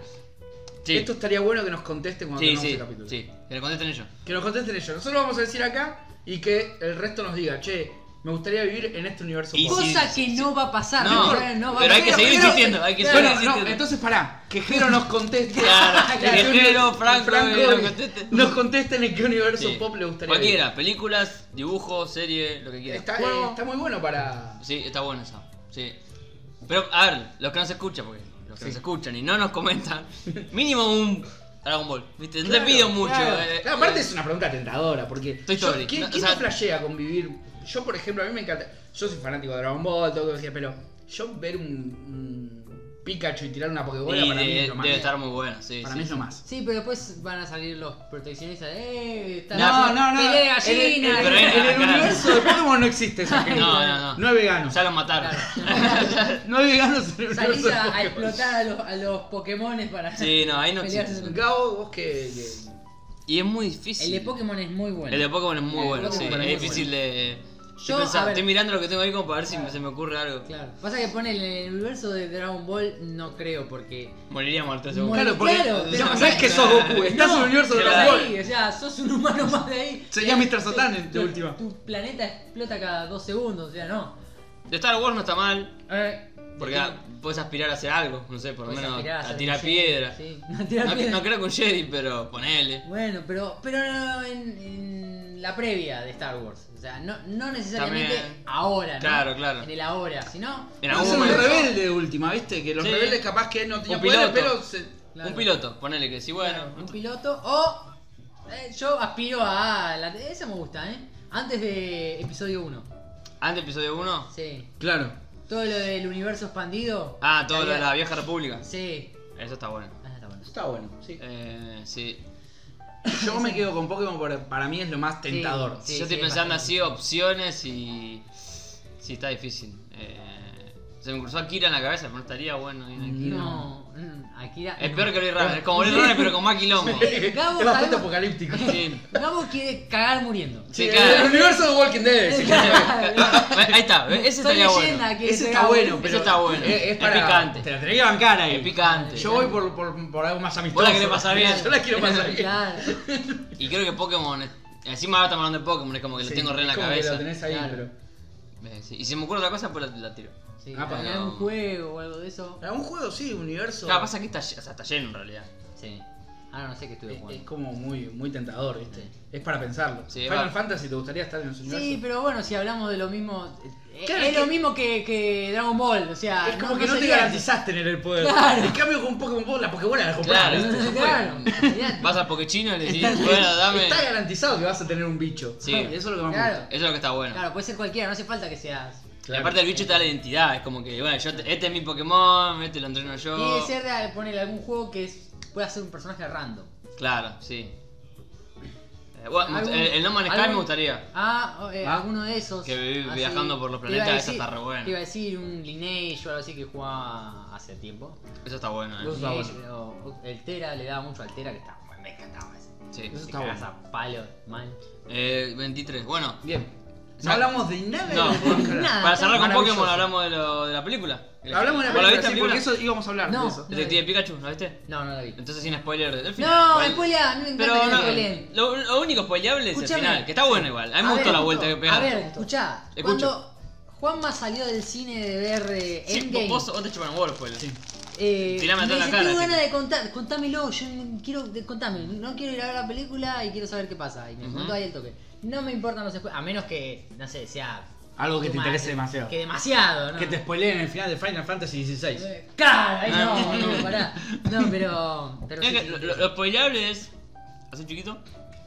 Sí, Esto estaría bueno que nos conteste cuando sí, tengamos el sí, capítulo. sí. Que lo contesten ellos. Que nos contesten ellos. Nosotros vamos a decir acá y que el resto nos diga, che, me gustaría vivir en este universo. Y pop". sí, Cosa sí, que sí. no va a pasar. No, no, no va a pero hay que pasar. seguir Pero- insistiendo, hay que Claro, seguir insistiendo. no, entonces pará, que Jero nos conteste. Claro, que Jero, Franco, eh, nos conteste. nos contesten en qué universo Sí. pop le gustaría vivir. Cualquiera, películas, dibujos, serie, lo que quieras. Está, eh, Juego. está muy bueno para. Sí, está bueno eso. Sí. Pero, a ver, los que no se escuchan, porque los que Sí. no se escuchan y no nos comentan, mínimo un Dragon Ball. ¿Viste? No Claro, te pido mucho. claro. eh, Claro, aparte eh, es una pregunta tentadora, porque. Toy yo- Story. ¿Quién, No, o quién sea- no flashea con vivir? Yo, por ejemplo, a mí me encanta. Yo soy fanático de Dragon Ball, todo lo que decía, pero yo ver un, un Pikachu y tirar una Pokébola y para mí de- es lo más. debe estar muy bueno, sí. para sí, mí es sí. lo más. Sí, pero después van a salir los proteccionistas. ¡Eh! Está No, haciendo no, no. Pelea de En el- gallina. eh. Pero En el Acá no. universo de Pokémon no existe esa gente. No, no, no. No es vegano. Ya los mataron. No hay veganos en el Salís universo de a, a Pokémon. explotar a los, a los Pokémones para. Sí, no, ahí no Pelear. existe. Gabo, vos que. que- Y es muy difícil. El de Pokémon es muy bueno. El de Pokémon es muy El bueno, de sí. Pokémon Es es muy difícil de. Yo, Yo, a ver- estoy mirando lo que tengo ahí como para ver si me- se me ocurre algo. Claro. Pasa que pone el universo de Dragon Ball, no creo, porque. Moriría muerto ese Mu- Goku. Claro, porque. Claro, no, pero- no es que sos Goku, estás en el universo de claro. Dragon Ball. Sí, o sea, sos un humano más de ahí. Sería Mr. Satan en tu tu última. Tu planeta explota cada dos segundos, o sea, no. De Star Wars no está mal, Eh, porque ah, puedes aspirar a hacer algo, no sé, por lo Puedes menos aspirar a ser tirar un Jedi, piedra. Sí, a tirar No, piedra. no creo que un Jedi, pero ponele. Bueno, pero, pero no, en, en la previa de Star Wars. O sea, no, no necesariamente También. ahora, ¿no? Claro, claro. En el ahora, sino. En Es algún un momento. rebelde de última, ¿viste? Que los Sí. rebeldes capaz que no tenían Un poderes, piloto. pero se... Claro. Un piloto, ponele que sí, bueno. Claro, un piloto o eh, yo aspiro a la esa me gusta, ¿eh? Antes de episodio 1. Antes de episodio 1. Sí. Claro. Todo lo del universo expandido. Ah, todo lo de la Estaría- vieja república. Sí. Eso está bueno. Ah, está bueno. Está bueno, sí. Eh, sí. Yo me quedo con Pokémon porque para mí es lo más tentador. Sí, Yo estoy sí, pensando bastante. así opciones y. Sí, está difícil. Eh, se me cruzó Akira en la cabeza, pero no estaría bueno. ir a Akira. No, mm, Akira. Es no. peor que Blade Runner, es como Blade Runner, pero con más quilombo. Sí, Gabo, es bastante sabemos- apocalíptico. sí, Gabo quiere cagar muriendo. Sí, claro. El universo de Walking Dead. sí. Ahí está, ¿ves? ese Soy estaría leyenda, bueno. que Ese se está cague. bueno, Ese pero... está bueno. Es, es Es para... picante. Te la tenés que bancar ahí. Es picante. Yo voy por, por, por algo más amistoso. Vos la querés pasar bien. Yo la quiero pasar bien. Claro. Y creo que Pokémon. es- Encima ahora estamos hablando de Pokémon, es como que lo Sí, tengo re en es la como que cabeza. lo tenés ahí, Claro. pero... Eh, sí. Y si me ocurre otra cosa, pues la, la tiro. Sí, Ah, pa- algún no. juego o algo de eso. Para un juego sí, universo... Claro, pasa que está, lle- o sea, está lleno en realidad. Sí. Ah, Ahora no sé qué estuve Es, es jugando. como muy, muy tentador, ¿viste? Es para pensarlo. Sí, Final va. Fantasy, ¿te gustaría estar en ese universo? Sí, pero bueno, si hablamos de lo mismo. eh, Claro, es es que- lo mismo que, que Dragon Ball, o sea. Es como que no te sería- garantizás tener el poder. Claro. En cambio, con Pokémon Go, la Pokébola la compras. Claro. ¿viste? Claro, olvidate. Vas a Pokéchino y le decís, bueno, dame. Está garantizado que vas a tener un bicho. Sí. Eso es lo que más Claro. me gusta. Eso es lo que está bueno. Claro, puede ser cualquiera, no hace falta que seas. Y aparte el bicho te da la identidad, es como que, bueno, yo te- este es mi Pokémon, este lo entreno yo. Tiene que ser de poner algún juego que es- pueda ser un personaje random. Claro, sí. Eh, bueno, me gust- Algún- el, el No Man's Sky algún- me gustaría. Ah, o, eh, Ah. alguno de esos. Que vi- así. viajando por los Te iba a planetas, eso decir- está re bueno. Te iba a decir un Lineage o algo así que jugaba hace tiempo. Eso está bueno, eh. Eso está Lineage, o- o- el Tera le daba mucho al Tera que está, me encantaba ese. Sí. Eso Te está cagas bueno. a palo, man. Eh, 23. Bueno, Bien. No Sac- hablamos de nada. de No. lo que podemos hablar. Nada. para cerrar con Maravilloso. Pokémon hablamos de, lo, de la película. Hablamos de ¿Vos la película, viste sí, porque eso íbamos a hablar. No. De eso. Detective Pikachu, ¿la viste? No, no la vi. Entonces sin spoiler del final. No, Igual- me spoilea, a mí me encanta Pero que me no, spoileen. lo, lo único spoileable es el Escuchame. final, que está bueno igual. A mí me gustó ver, la vuelta que A pegaron. ver, escuchá. Escucho. Cuando Juanma salió del cine de ver eh, Sí, Endgame, vos- vos, vos te chupan un pues. huevo los spoilers. Sí. eh, tirame me atrás la dice, cara, tengo así ganas de contar, contámelo, yo no quiero, de- contame, no quiero ir a ver la película y quiero saber qué pasa. Y me Ujú. contó ahí el toque. No me importan los spoilers, a menos que, no sé, sea... Algo que te tu madre, interese demasiado. Que demasiado, ¿no? Que te spoileen el final de Final Fantasy XVI. Eh, Claro, ahí no, Ah. no, pará. No, pero... pero Es sí, que sí, lo, sí. lo- lo spoileable es. Así chiquito.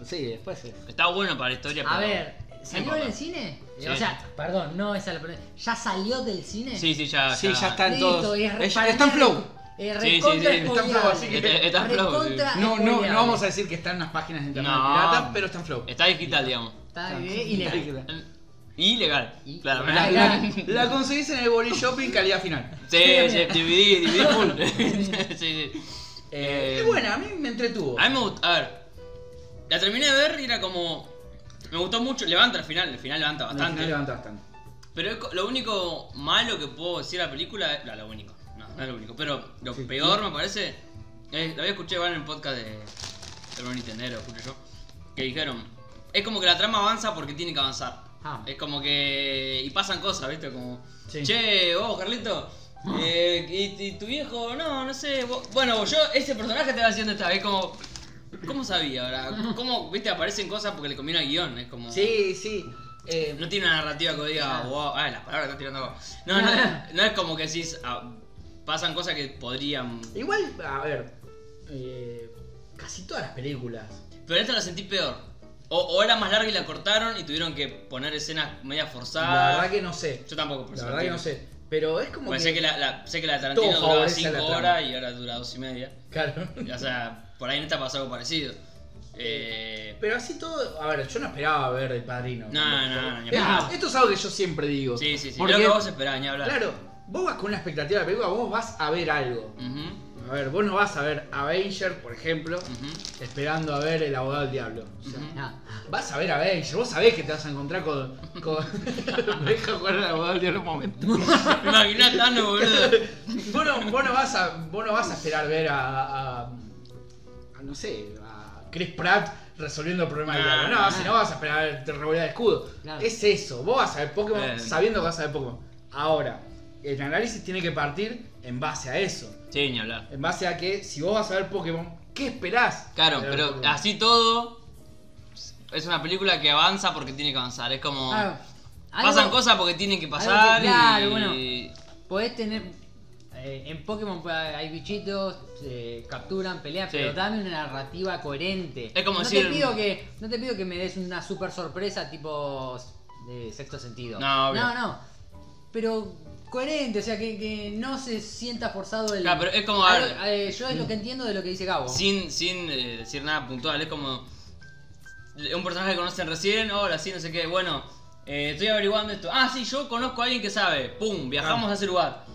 Sí, después es. Está bueno para la historia. A pero- ver, ¿salió No importa. del cine? Sí. O sea, perdón, no esa es la pregunta. ¿Ya salió del cine? Sí, sí, ya. Sí, ya está en Listo, todos. y es re- Es- para Está en mí flow. Eh, Sí, sí, recontra sí, está en spoileable. flow, así que- Está- está en flow, Recontra No, no, spoileable. no vamos a decir que está en las páginas de internet No. pirata, pero está en flow. Está digital, digamos. Está Ah, eh, bien, y le Y legal. Y- Claro. La, la- Legal. la conseguís en el Body Shopping calidad final. Sí, sí, dividí, dividí full. sí, sí. Eh, Eh, y bueno, a mí me entretuvo. A mí me gustó. A ver. La terminé de ver y era como. Me gustó mucho, levanta al final, el final levanta Al bastante. final levanta bastante. Pero es co- lo único malo que puedo decir a la película es. No, lo único. No, no es lo único. Pero lo Sí. peor me parece. es- lo había escuchado igual en el podcast de. de un Nintendero, escuché yo. Que dijeron. Es como que la trama avanza porque tiene que avanzar. Ah. Es como que. Y pasan cosas, ¿viste? Como. Sí. Che, vos, Carlito. eh, y, y tu viejo, no, no sé. vos- bueno, yo, ese personaje te va haciendo esta. Es como. ¿Cómo sabía ahora? ¿Cómo, viste? Aparecen cosas porque le combina el guión. Es como. Sí, sí. Eh, No tiene una narrativa que diga, wow, ah, las palabras están tirando agua. No, no, no es como que decís, ah, pasan cosas que podrían. Igual, a ver. eh, casi todas las películas. Pero esta la sentí peor. O, o era más larga y la cortaron y tuvieron que poner escenas media La forzadas. verdad que no sé. Ah. Yo tampoco, por La eso verdad que no sé. Pero es como Porque sé que la, la- sé que la de Todo Tarantino duraba favorece a la 5 trama. horas y ahora dura 2 y media. Claro. O sea, por ahí en esta pasó algo parecido. Eh, Pero así todo. A ver, yo no esperaba ver El Padrino. No, no, no, ni Esto- hablar. Esto es algo que yo siempre digo. sí, sí, sí. Porque, Lo que vos esperabas, ni hablar. Claro, vos vas con una expectativa de la película, vos vas a ver algo. Ujú, A ver, vos no vas a ver Avenger, por ejemplo, ujú, esperando a ver El Abogado del Diablo. O sea, ujú. Ah. Vas a ver Avenger, vos sabés que te vas a encontrar con. con... Me deja jugar al Abogado del Diablo un momento. Imaginá Thanos, boludo. vos, no, vos no vas a, vos no vas a esperar ver a, a- a- no sé, a Chris Pratt resolviendo el problema de No, Diablo. No, no. si no vas a esperar a ver revolear el escudo. Claro. Es eso, vos vas a ver Pokémon Eh. sabiendo que vas a ver Pokémon. Ahora, el análisis tiene que partir en base a eso. Sí, ni hablar. En base a que si vos vas a ver Pokémon, ¿qué esperás? Claro, de ver pero Pokémon? así todo es una película que avanza porque tiene que avanzar. Es como Claro. Ah, Algo- pasan cosas porque tienen que algo que- pasar. claro, y... bueno. Podés tener. eh, en Pokémon puede- hay bichitos, eh, capturan, pelean, Sí. pero dame una narrativa coherente. Es como no decir- Te pido que, no te pido que me des una super sorpresa tipo de sexto sentido. No, obvio. no, no. Pero coherente, o sea, que, que no se sienta forzado el. Claro, pero es como- Algo- eh, yo es lo que entiendo de lo que dice Gabo. Sin, sin eh, decir nada puntual, es como un personaje que conocen recién, hola, sí, no sé qué, bueno, eh, estoy averiguando esto. Ah, sí, yo conozco a alguien que sabe. Pum, viajamos Ah. a ese lugar.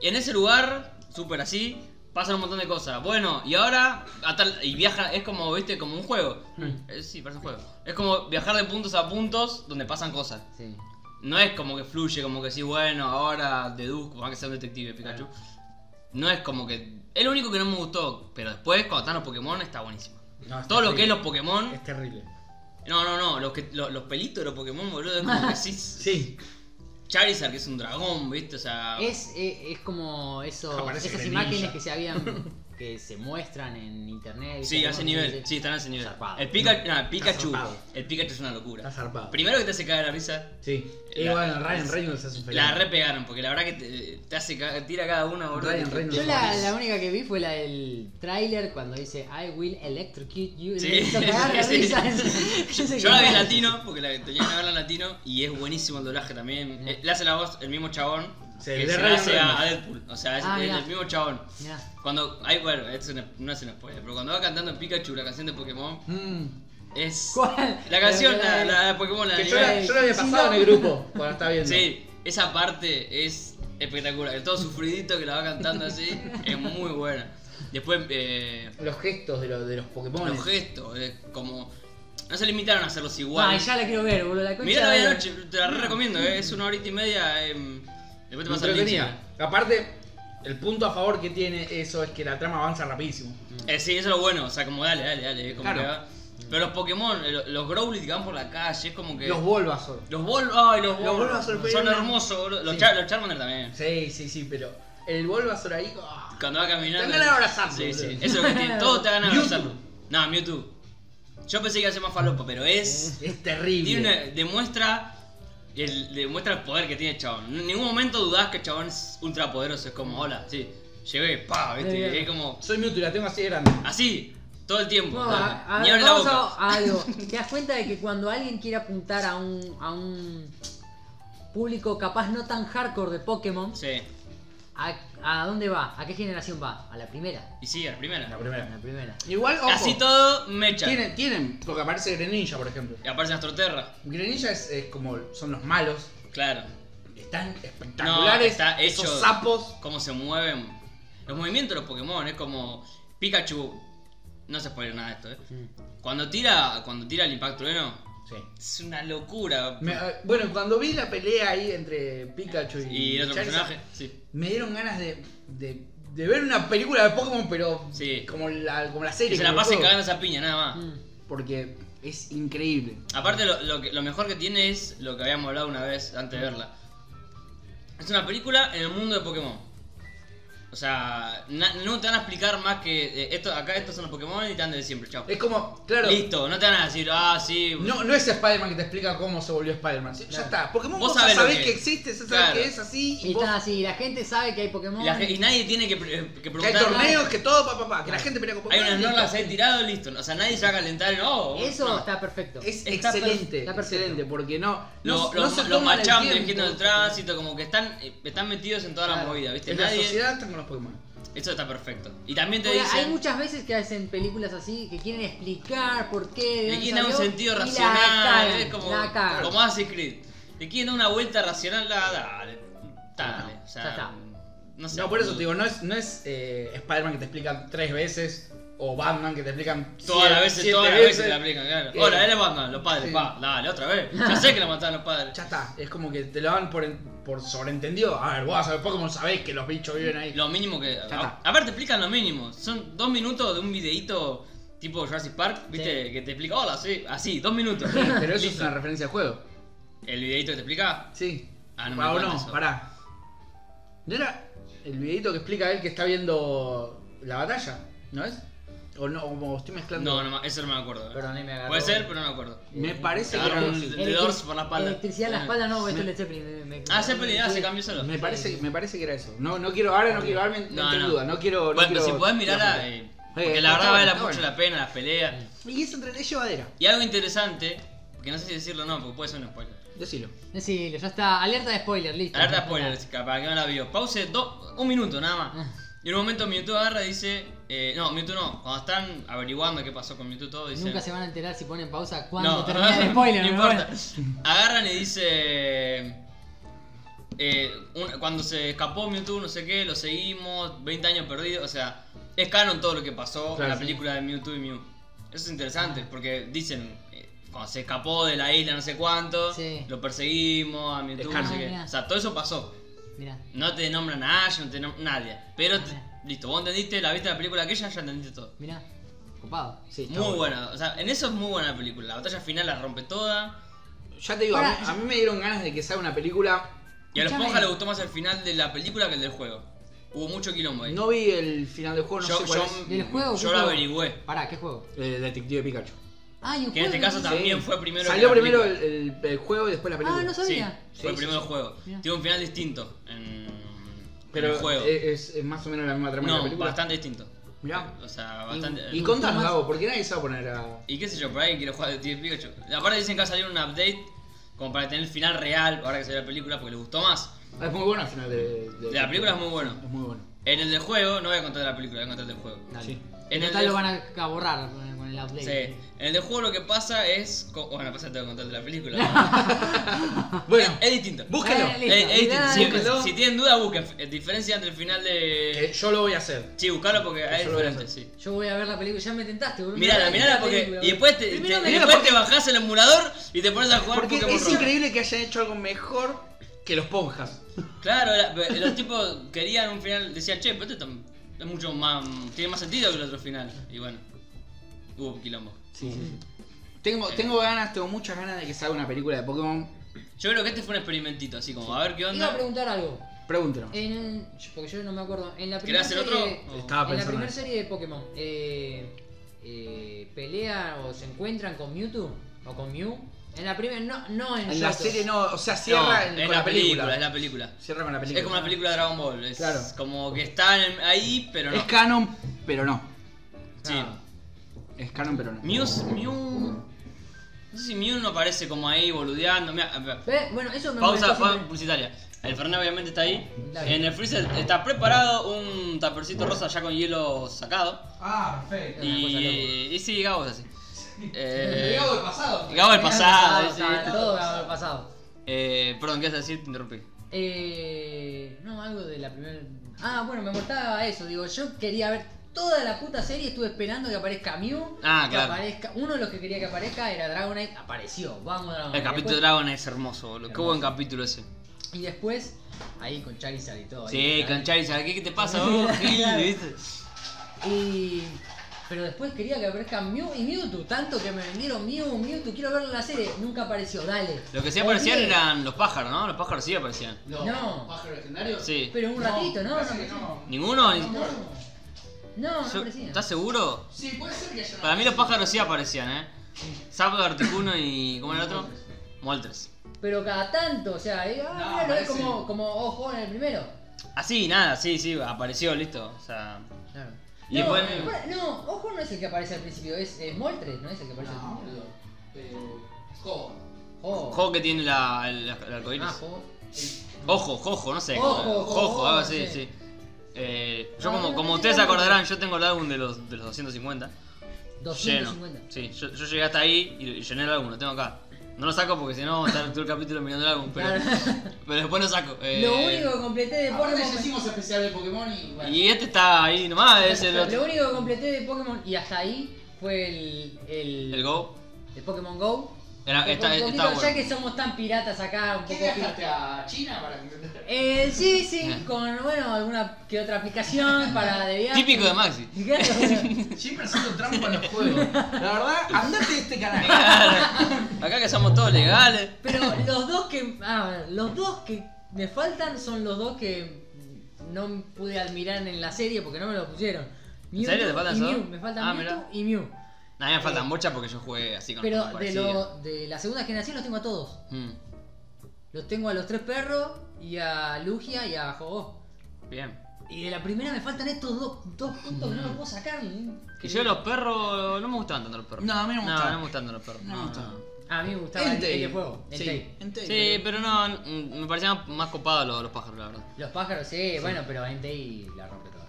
En ese lugar, súper así, pasan un montón de cosas. Bueno, y ahora, a tal- y viaja, es como, viste, como un juego. Eh, sí, parece un juego. Es como viajar de puntos a puntos donde pasan cosas. Sí. No es como que fluye, como que sí, bueno, ahora deduzco, va que sea un detective Pikachu. No es como que. Es lo único que no me gustó, pero después cuando están los Pokémon está buenísimo. No, es Todo lo que es terrible. los Pokémon. Es terrible. No, no, no, los, que, lo- los pelitos de los Pokémon, boludo, es como que sí. Sí. Charizard, que es un dragón, ¿viste? O sea. Es, eh, es como esos- Aparece esas Greninja. imágenes que se habían. que se muestran en internet. Sí, a ese nivel, sí, están a ese nivel. Zarpado. El, Pika- no, el Pikachu, zarpado. el Pikachu es una Está locura. zarpado. Primero que te hace caer la risa, Sí. Y La- bueno, Ryan Reynolds es la un fenómeno. repegaron, porque la verdad que te, te hace ca- tira cada una, boludo. Ryan Te- Reynolds. Yo la, la única que vi fue la del tráiler cuando dice I will electrocute you. y Sí, me hizo cagar la sí, risa. sí. Yo sé Yo que- la vi en latino, porque la tenía que verla en latino, y es buenísimo el doblaje también. Mirá. Eh, Le hace la voz el mismo chabón Sí, que de se la Ryan hace a, Reynolds. a Deadpool. O sea, es, Ah, es mirá. el mismo chabón. Mirá. Cuando, ay, bueno, esto no- no es un spoiler, pero cuando va cantando Pikachu la canción de Pokémon, Mm. es. ¿Cuál? La canción, la, la de Pokémon, la Que de yo la, anime. yo la había Sí, pasado no. en el grupo cuando estaba viendo. Sí, esa parte es espectacular. El todo sufridito que la va cantando así, es muy buena. Después, eh, Los gestos de, los de los Pokémon. los gestos, eh, como. No se limitaron a hacerlos Ay, iguales. ya la quiero ver, boludo. La concha Mirá la eh, de- media noche, te la mm. re recomiendo, eh, es una horita y media. em, después te pasa el link. Entretenida. Aparte, el punto a favor que tiene eso es que la trama avanza rapidísimo. Eh, sí, eso es lo bueno, o sea, como dale, dale, dale. es como Claro. que va. Pero los Pokémon, eh, lo- los Growlithe que van por la calle, es como que. Los Bulbasaur. Los Vol. Ay, los Los Vol. Bulbasaur, pero son no- hermosos, boludo. Los, Sí. Char- los Charmander también. Sí, sí, sí, pero el Bulbasaur ahí. ah. Cuando va caminando. Te dan ganas de abrazarlo, Sí, sí. boludo. Eso es lo que tiene. Todos te dan ganas de Mewtwo. abrazarlo. No, Mewtwo. Yo pensé que iba a ser más falopa, pero es. Es terrible. Tiene una- demuestra. El, demuestra el poder que tiene el chabón. En ningún momento dudás que el chabón es ultra poderoso. Es como, hola, sí. Llegué, pa, viste. Bien, bien. Es como. Soy Mewtwo, la tengo así de grande. Así. Todo el tiempo. Bueno, nada, a- a- Ni abre la vamos boca. a- a algo. ¿Te das cuenta de que cuando alguien quiere apuntar a un, a un público capaz no tan hardcore de Pokémon, Sí. ¿a, a dónde va? ¿A qué generación va? A la primera. Y sí, a la primera. La A la primera. primera. Igual, ojo. Casi todo mecha. Tienen, tienen, porque aparece Greninja, por ejemplo. Y aparece Astroterra. Greninja es, es como son los malos. Claro. Están espectaculares. está hecho- Esos sapos. cómo se mueven. Los movimientos de los Pokémon es como Pikachu. No se puede nada de esto, eh. Cuando tira, cuando tira el impacto trueno, Sí. Es una locura. Me- eh, bueno, cuando vi la pelea ahí entre Pikachu y, y el otro Charizard, personaje, sí. me dieron ganas de, de, de ver una película de Pokémon, pero Sí. como, la, como la Que serie. se la como el pase juego. cagando esa piña, nada Ah. más. Mm. Porque es increíble. Aparte, lo, lo que- lo mejor que tiene es lo que habíamos hablado una vez antes de verla. Es una película en el mundo de Pokémon. O sea, na- no te van a explicar más que eh, esto, acá estos son los Pokémon y te dan desde siempre, chao. Es como, Eh, claro, Listo, no te van a decir, ah, sí. no, no es Spider-Man que te explica cómo se volvió Spider-Man. Sí, Ya Claro. está. Pokémon Vos vos, sabés ya lo sabés que que, es. existe, ya sabés Claro. que es así. Y Y vos- está así, la gente sabe que hay Pokémon. Y, la ge- y nadie tiene que, pre- eh, que que hay preguntar. torneos, que todo, papá, que la gente pelea con Hay Pokémon. unas listo. norlas ahí tirado, listo. O sea, nadie se va a calentar en oh, vos- Eso no. está perfecto. Es Está per- excelente, está perfecto. excelente, porque no, Los, no, los, no se los toman el Machamp, el tiempo. Gino del Tránsito, como que están, eh, están metidos en toda la Claro. movida, ¿viste? En la Nadie. sociedad están con los Pokémon. Eso está perfecto. Y también te Ahora, dicen. hay muchas veces que hacen películas así que quieren explicar por qué. de Le dónde quieren dar un salió, sentido y la racional, cagan, es como, la cagan. como hace Creed. Le quieren dar una vuelta racional, la, dale, dale. No, o sea, ya está. No, sé, No, por eso te digo, no es, no es eh, Spider-Man que te explican tres veces o Batman que te explican Todas las siete- veces, siete todas las veces te la aplican, claro. Eh, Hola, él es Batman, los padres, sí. pa, dale, otra vez. Ya sé que lo mataron los padres. Ya está, es como que te lo dan por, en- por sobreentendido. A ver, vos a ver Pokémon sabés que los bichos viven ahí. Lo mínimo que. está. Aparte, te explican lo mínimo. Son dos minutos de un videíto tipo Jurassic Park, ¿viste? Que te explica, hola, sí, así, dos minutos. Eh, Pero eso es Listo. una referencia al juego. El videíto que te explica. Sí. Ah, no me Ah, o cuenta no, eso. pará. ¿No era el videito que explica él que está viendo la batalla? ¿No es? O no, o estoy mezclando. No, no, me- eso no me acuerdo. Perdón, ahí me agarró. Puede ser, pero no me acuerdo. Me parece Se que era agarra algo un así. de Doors por la espalda. Electricidad en la espalda, no, esto Me- es Led Zeppelin. me- me- Ah, Zeppelin, ah, sí. se cambió solo. Me parece, me parece que era eso. No, no quiero, ahora no quiero darme en No, no. duda, no quiero. no Bueno, pero quiero- si podés mirarla, eh, porque Eh, la verdad está vale bueno, la- está mucho bueno. la pena las peleas. Y eso entre es llevadera. Y algo interesante, que no sé si decirlo o no, porque puede ser un spoiler. Decilo. Decilo, ya está. Alerta de spoiler, listo. Alerta spoiler, chica, para que no la vio. Pause do- un minuto nada más. Y en un momento Mewtwo agarra y dice. eh, no, Mewtwo no. Cuando están averiguando qué pasó con Mewtwo, todo, dicen. Nunca se van a enterar si ponen pausa cuando No, termina el no spoiler. me importa. voy. Agarran y dice. eh, un- cuando se escapó Mewtwo, no sé qué, lo seguimos, 20 años perdidos. O sea, es canon todo lo que pasó en Claro, la sí. película de Mewtwo y Mew. Eso es interesante, porque dicen. eh, Cuando se escapó de la isla, no sé cuánto, Sí. lo perseguimos a Mewtwo, Es no canon. sé Ah, qué. mirá. O sea, todo eso pasó. Mirá. No te nombran a Ash, no te nombran nadie. Pero, te- Ah. listo, vos entendiste, la viste la película aquella, ya entendiste todo. Mirá, copado. Sí, está Muy buena, o sea, en eso es muy buena la película. La batalla final la rompe toda. Ya te digo, Pará, a, mí, a mí me dieron ganas de que salga una película. Y a los Escuchame. Ponja le gustó más el final de la película que el del juego. Hubo mucho quilombo ahí. No vi el final del juego, no yo, sé cuál yo- es. ¿Del juego? yo ¿Qué lo juego? averigüé. Pará, ¿qué juego? El detective Pikachu. Ah, y un Que en este juego, caso entonces. También fue primero Salió que la primero el, el- el juego y después la película. Ah, no Sí, sabía. fue Sí, el sí, primero sí. juego. Mirá. Tiene un final distinto en, en Pero el juego. Es, es- es más o menos la misma trama de la no, película. bastante distinto. Mirá. O sea, bastante. Y Y, contanos, Más- Gabo, porque nadie se va a poner a. qué sé yo, por ahí quiero jugar de Detective Pikachu. Aparte dicen que va a salir un update como para tener el final real, ahora que salió la película, porque le gustó más. Ah, Es muy bueno el final de. De la película es muy bueno. Es muy bueno. En el del juego, no voy a contar de la película, voy a contar del juego. Dale. Sí. En el Total de- lo van a borrar con con el update. Sí. En el de juego lo que pasa es. co- Bueno, pasa te voy a contar de la película. Ah, Bueno, es distinto. búsquenlo. Eh, Es- es Mirá, distinto. Si- búsquenlo. Si, tienen duda, busquen. Eh, Diferencia entre el final que de. eh, yo lo voy a hacer. Sí, buscalo porque es Yo lo voy a diferente, sí. Yo voy a ver la película, ya me tentaste, boludo. Mirala, Mirá mirala la porque. película, Y boludo. después te, Primero te- me- Mirá la después porque- te bajás el emulador y te pones a jugar Porque Pokémon es Rojo. increíble que hayan hecho algo mejor que los ponjas. Claro, era- pero los tipos querían un final. Decían, che, pero este tam- es mucho más. Tiene más sentido que el otro final. Y bueno. Hubo quilombo. Sí, Tengo, tengo ganas, tengo muchas ganas de que salga una película de Pokémon. Yo creo que este fue un experimentito, así como, a ver qué Iba a onda. preguntar algo. Pregúntenos. En, porque yo no me acuerdo. En la primera ¿Querés hacer otro? Oh. serie- O- Estaba en la pensando. Ah, en primera eso. serie de Pokémon, eh, eh, ¿pelea o se encuentran con Mewtwo? ¿O con Mew? En la primera, no, no en, En la Johto. serie no, o sea, No, cierra en- es con la la película. es la película. Cierra con la película. Es como la película de Dragon Ball, es Claro. como que están en- ahí, pero no. Es canon, pero no. Sí. Es canon, pero no. Mew, es- Mew. No sé si Mew no aparece como ahí boludeando. mirá, a ver. Ve, Bueno, eso me pausa molestó pausa siempre. publicitaria. El Fernet obviamente está ahí. Dale. En el freezer está preparado un tapercito rosa ya con hielo sacado. Ah, perfecto. una cosa Y, y sí, Gabo es así. Eh, Llegado del pues. pasado. Gabo el pasado. Pasado, está, sí. todo el pasado. Eh, perdón, ¿qué vas a decir? Te interrumpí. Eh, no, algo de la primera. Ah, bueno, me molestaba eso. Digo, yo quería ver toda la puta serie estuve esperando que aparezca Mew. Ah, que claro. aparezca. Uno de los que quería que aparezca era Dragonite. Apareció. Vamos, Dragonite. El capítulo de Ah, Después- Dragon es hermoso, boludo. Qué Hermoso. buen capítulo ese. Y después, ahí con Charizard y todo. ahí, Sí, ¿verdad? con Charizard, ¿qué, qué te pasa vos, Gil? Claro. ¿Viste? Y... Pero después quería que aparezca Mew y Mewtwo, tanto que me vendieron Mew, Mewtwo, quiero verlo en la serie, nunca apareció, dale. Lo que sí aparecían Odié. eran los pájaros, ¿no? Los pájaros sí aparecían. ¿Los No. pájaros legendarios? Sí. Pero un ratito, ¿no? parece No, que no. ¿Ninguno? Ni- No, no, no Yo- aparecía. ¿Estás seguro? Sí, puede ser que haya Para mí los pájaros sí aparecían, ¿eh? Zapdos, Articuno y... ¿Cómo era el otro? Moltres. Pero cada tanto, o sea, eh, No, ah, mira, lo ves aparece. como, como ojo en el primero. Así, nada, sí, sí, apareció, listo. O sea... Claro. Y no, después- para- no, ojo no es el que aparece al principio, es, es Moltres, no es el que aparece al No, principio. boludo. Pero. ¿Cómo? Ojo. Juego que tiene la, el, el arcoíris. Ah, ojo. Ojo, jojo, no sé. Ojo, como- ojo, jojo, algo ojo, así, sí. sí. Eh, yo No, como, no, como no ustedes tengo nada. acordarán, yo tengo el álbum de los, de los 250. Lleno. 250. Sí, yo, yo llegué hasta ahí y, y llené el álbum, lo tengo acá. No lo saco porque si no vamos a estar todo el capítulo mirando el álbum, pero, Claro. pero después lo saco. eh, ah, Lo único que completé de Aparte ya Pokémon. hicimos especial de Pokémon y bueno. Y este está ahí nomás, es el Lo otro. único que completé de Pokémon y hasta ahí fue el. El, El Go. el Pokémon Go. Era, Un está, poquito, está bueno. Ya que somos tan piratas acá, un ¿Qué poco. viajaste a China para intentar? Eh, sí, sí, Ah. con bueno, alguna que otra aplicación para de viaje. Típico de Maxi. Claro. Siempre haciendo trampa en los juegos. La verdad, andate de este canal. Acá que somos todos legales. Pero los dos que. Ah, los dos que me faltan son los dos que no pude admirar en la serie porque no me lo pusieron. ¿En serio te faltan y esos Mew, dos? me faltan Ah, Mewtwo mirá. y Mew. A mí me faltan muchas porque yo jugué así con Eh, Pero con de, parecido. lo- de la segunda generación los tengo a todos. Mm, Los tengo a los tres perros y a Lugia y a Jogó. Bien. Y de la primera me faltan estos dos, dos puntos que no los puedo sacar. ¿eh? Que yo los perros. No me gustaban tanto los perros. No, a mí no me No, gustaban. me gustaban tanto los perros. No me gustaban. A mí me gustaba el, el de fuego, el Sí, Entei. Entei. Sí, pero no, mm, me parecían más copados los, los pájaros, la verdad. Los pájaros, sí, bueno, pero Entei la rompe toda.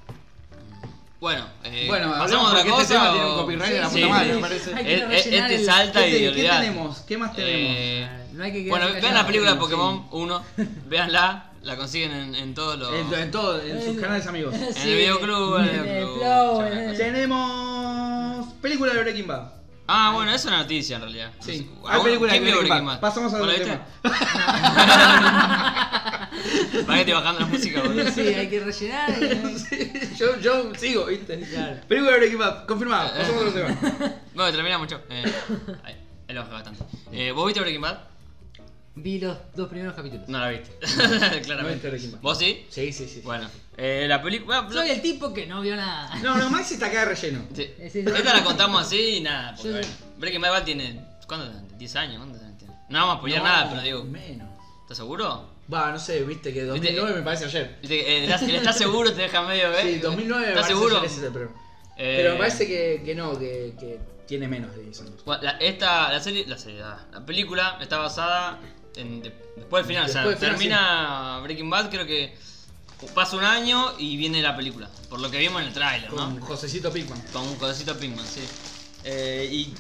Bueno, eh, Bueno, pasamos a otra porque cosa. este tema tiene un o- copyright de la Sí, puta sí, madre, sí. me parece. Hay Eh, que eh, rellenar este el- salta ¿Qué, y te- qué olvidate. tenemos? ¿Qué más tenemos? Eh, No hay que quedarse bueno, callado, vean la película de sí. Pokémon 1, veanla, la consiguen en, en todos los. En, en todo, en sus canales amigos. el videoclub, en el en el videoclub, Eh, Flow, eh. ya, en el- Tenemos película de Breaking Bad. Ah, bueno, eso es una noticia en realidad. No sé, Sí, hay ¿alguno- película de ¿Quién vio Breaking Breaking Bad. Bad? Pasamos a ¿Vos otro la tema. viste? Para que te bajando la música, boludo. Sí, hay que rellenar. eh. yo, yo sigo, ¿viste? Claro. Película de Breaking Bad, Ah. confirmada. Pasamos a otro tema. Bueno, terminamos, chao. Eh, ahí, ahí lo bajé bastante. Eh, ¿Vos viste Breaking Bad? Vi los dos primeros capítulos. No la viste. No viste Claramente. Breaking Bad. ¿Vos sí? Sí, sí, sí. Bueno, eh, la película. bueno, Soy el tipo que no vio nada. No, no, Maxi está acá de relleno. sí. Sí, sí. Esta la contamos así y nada. Porque, Sí. bueno, Breaking Bad tiene. ¿Cuántos años? ¿10 años? ¿Cuántos años tiene? No vamos a apoyar nada, pero digo. Menos. ¿Estás seguro? Va, no sé, viste que 2009 me parece ayer. Viste que, eh, estás- el estás seguro te deja medio ver. Sí, 2009 me ¿Eh? ¿Estás parece seguro? ayer ese, pero, Eh, pero me parece que, que no, que, que tiene menos de 10 años. bueno, la, esta, la serie, la serie, ah, la película está basada en de- después del final, o sea, Después del final, termina Breaking Bad, creo que pasa un año y viene la película, por lo que vimos en el tráiler, ¿no? Con Josecito Pickman. Con un codecito Pinkman, sí. Eh, y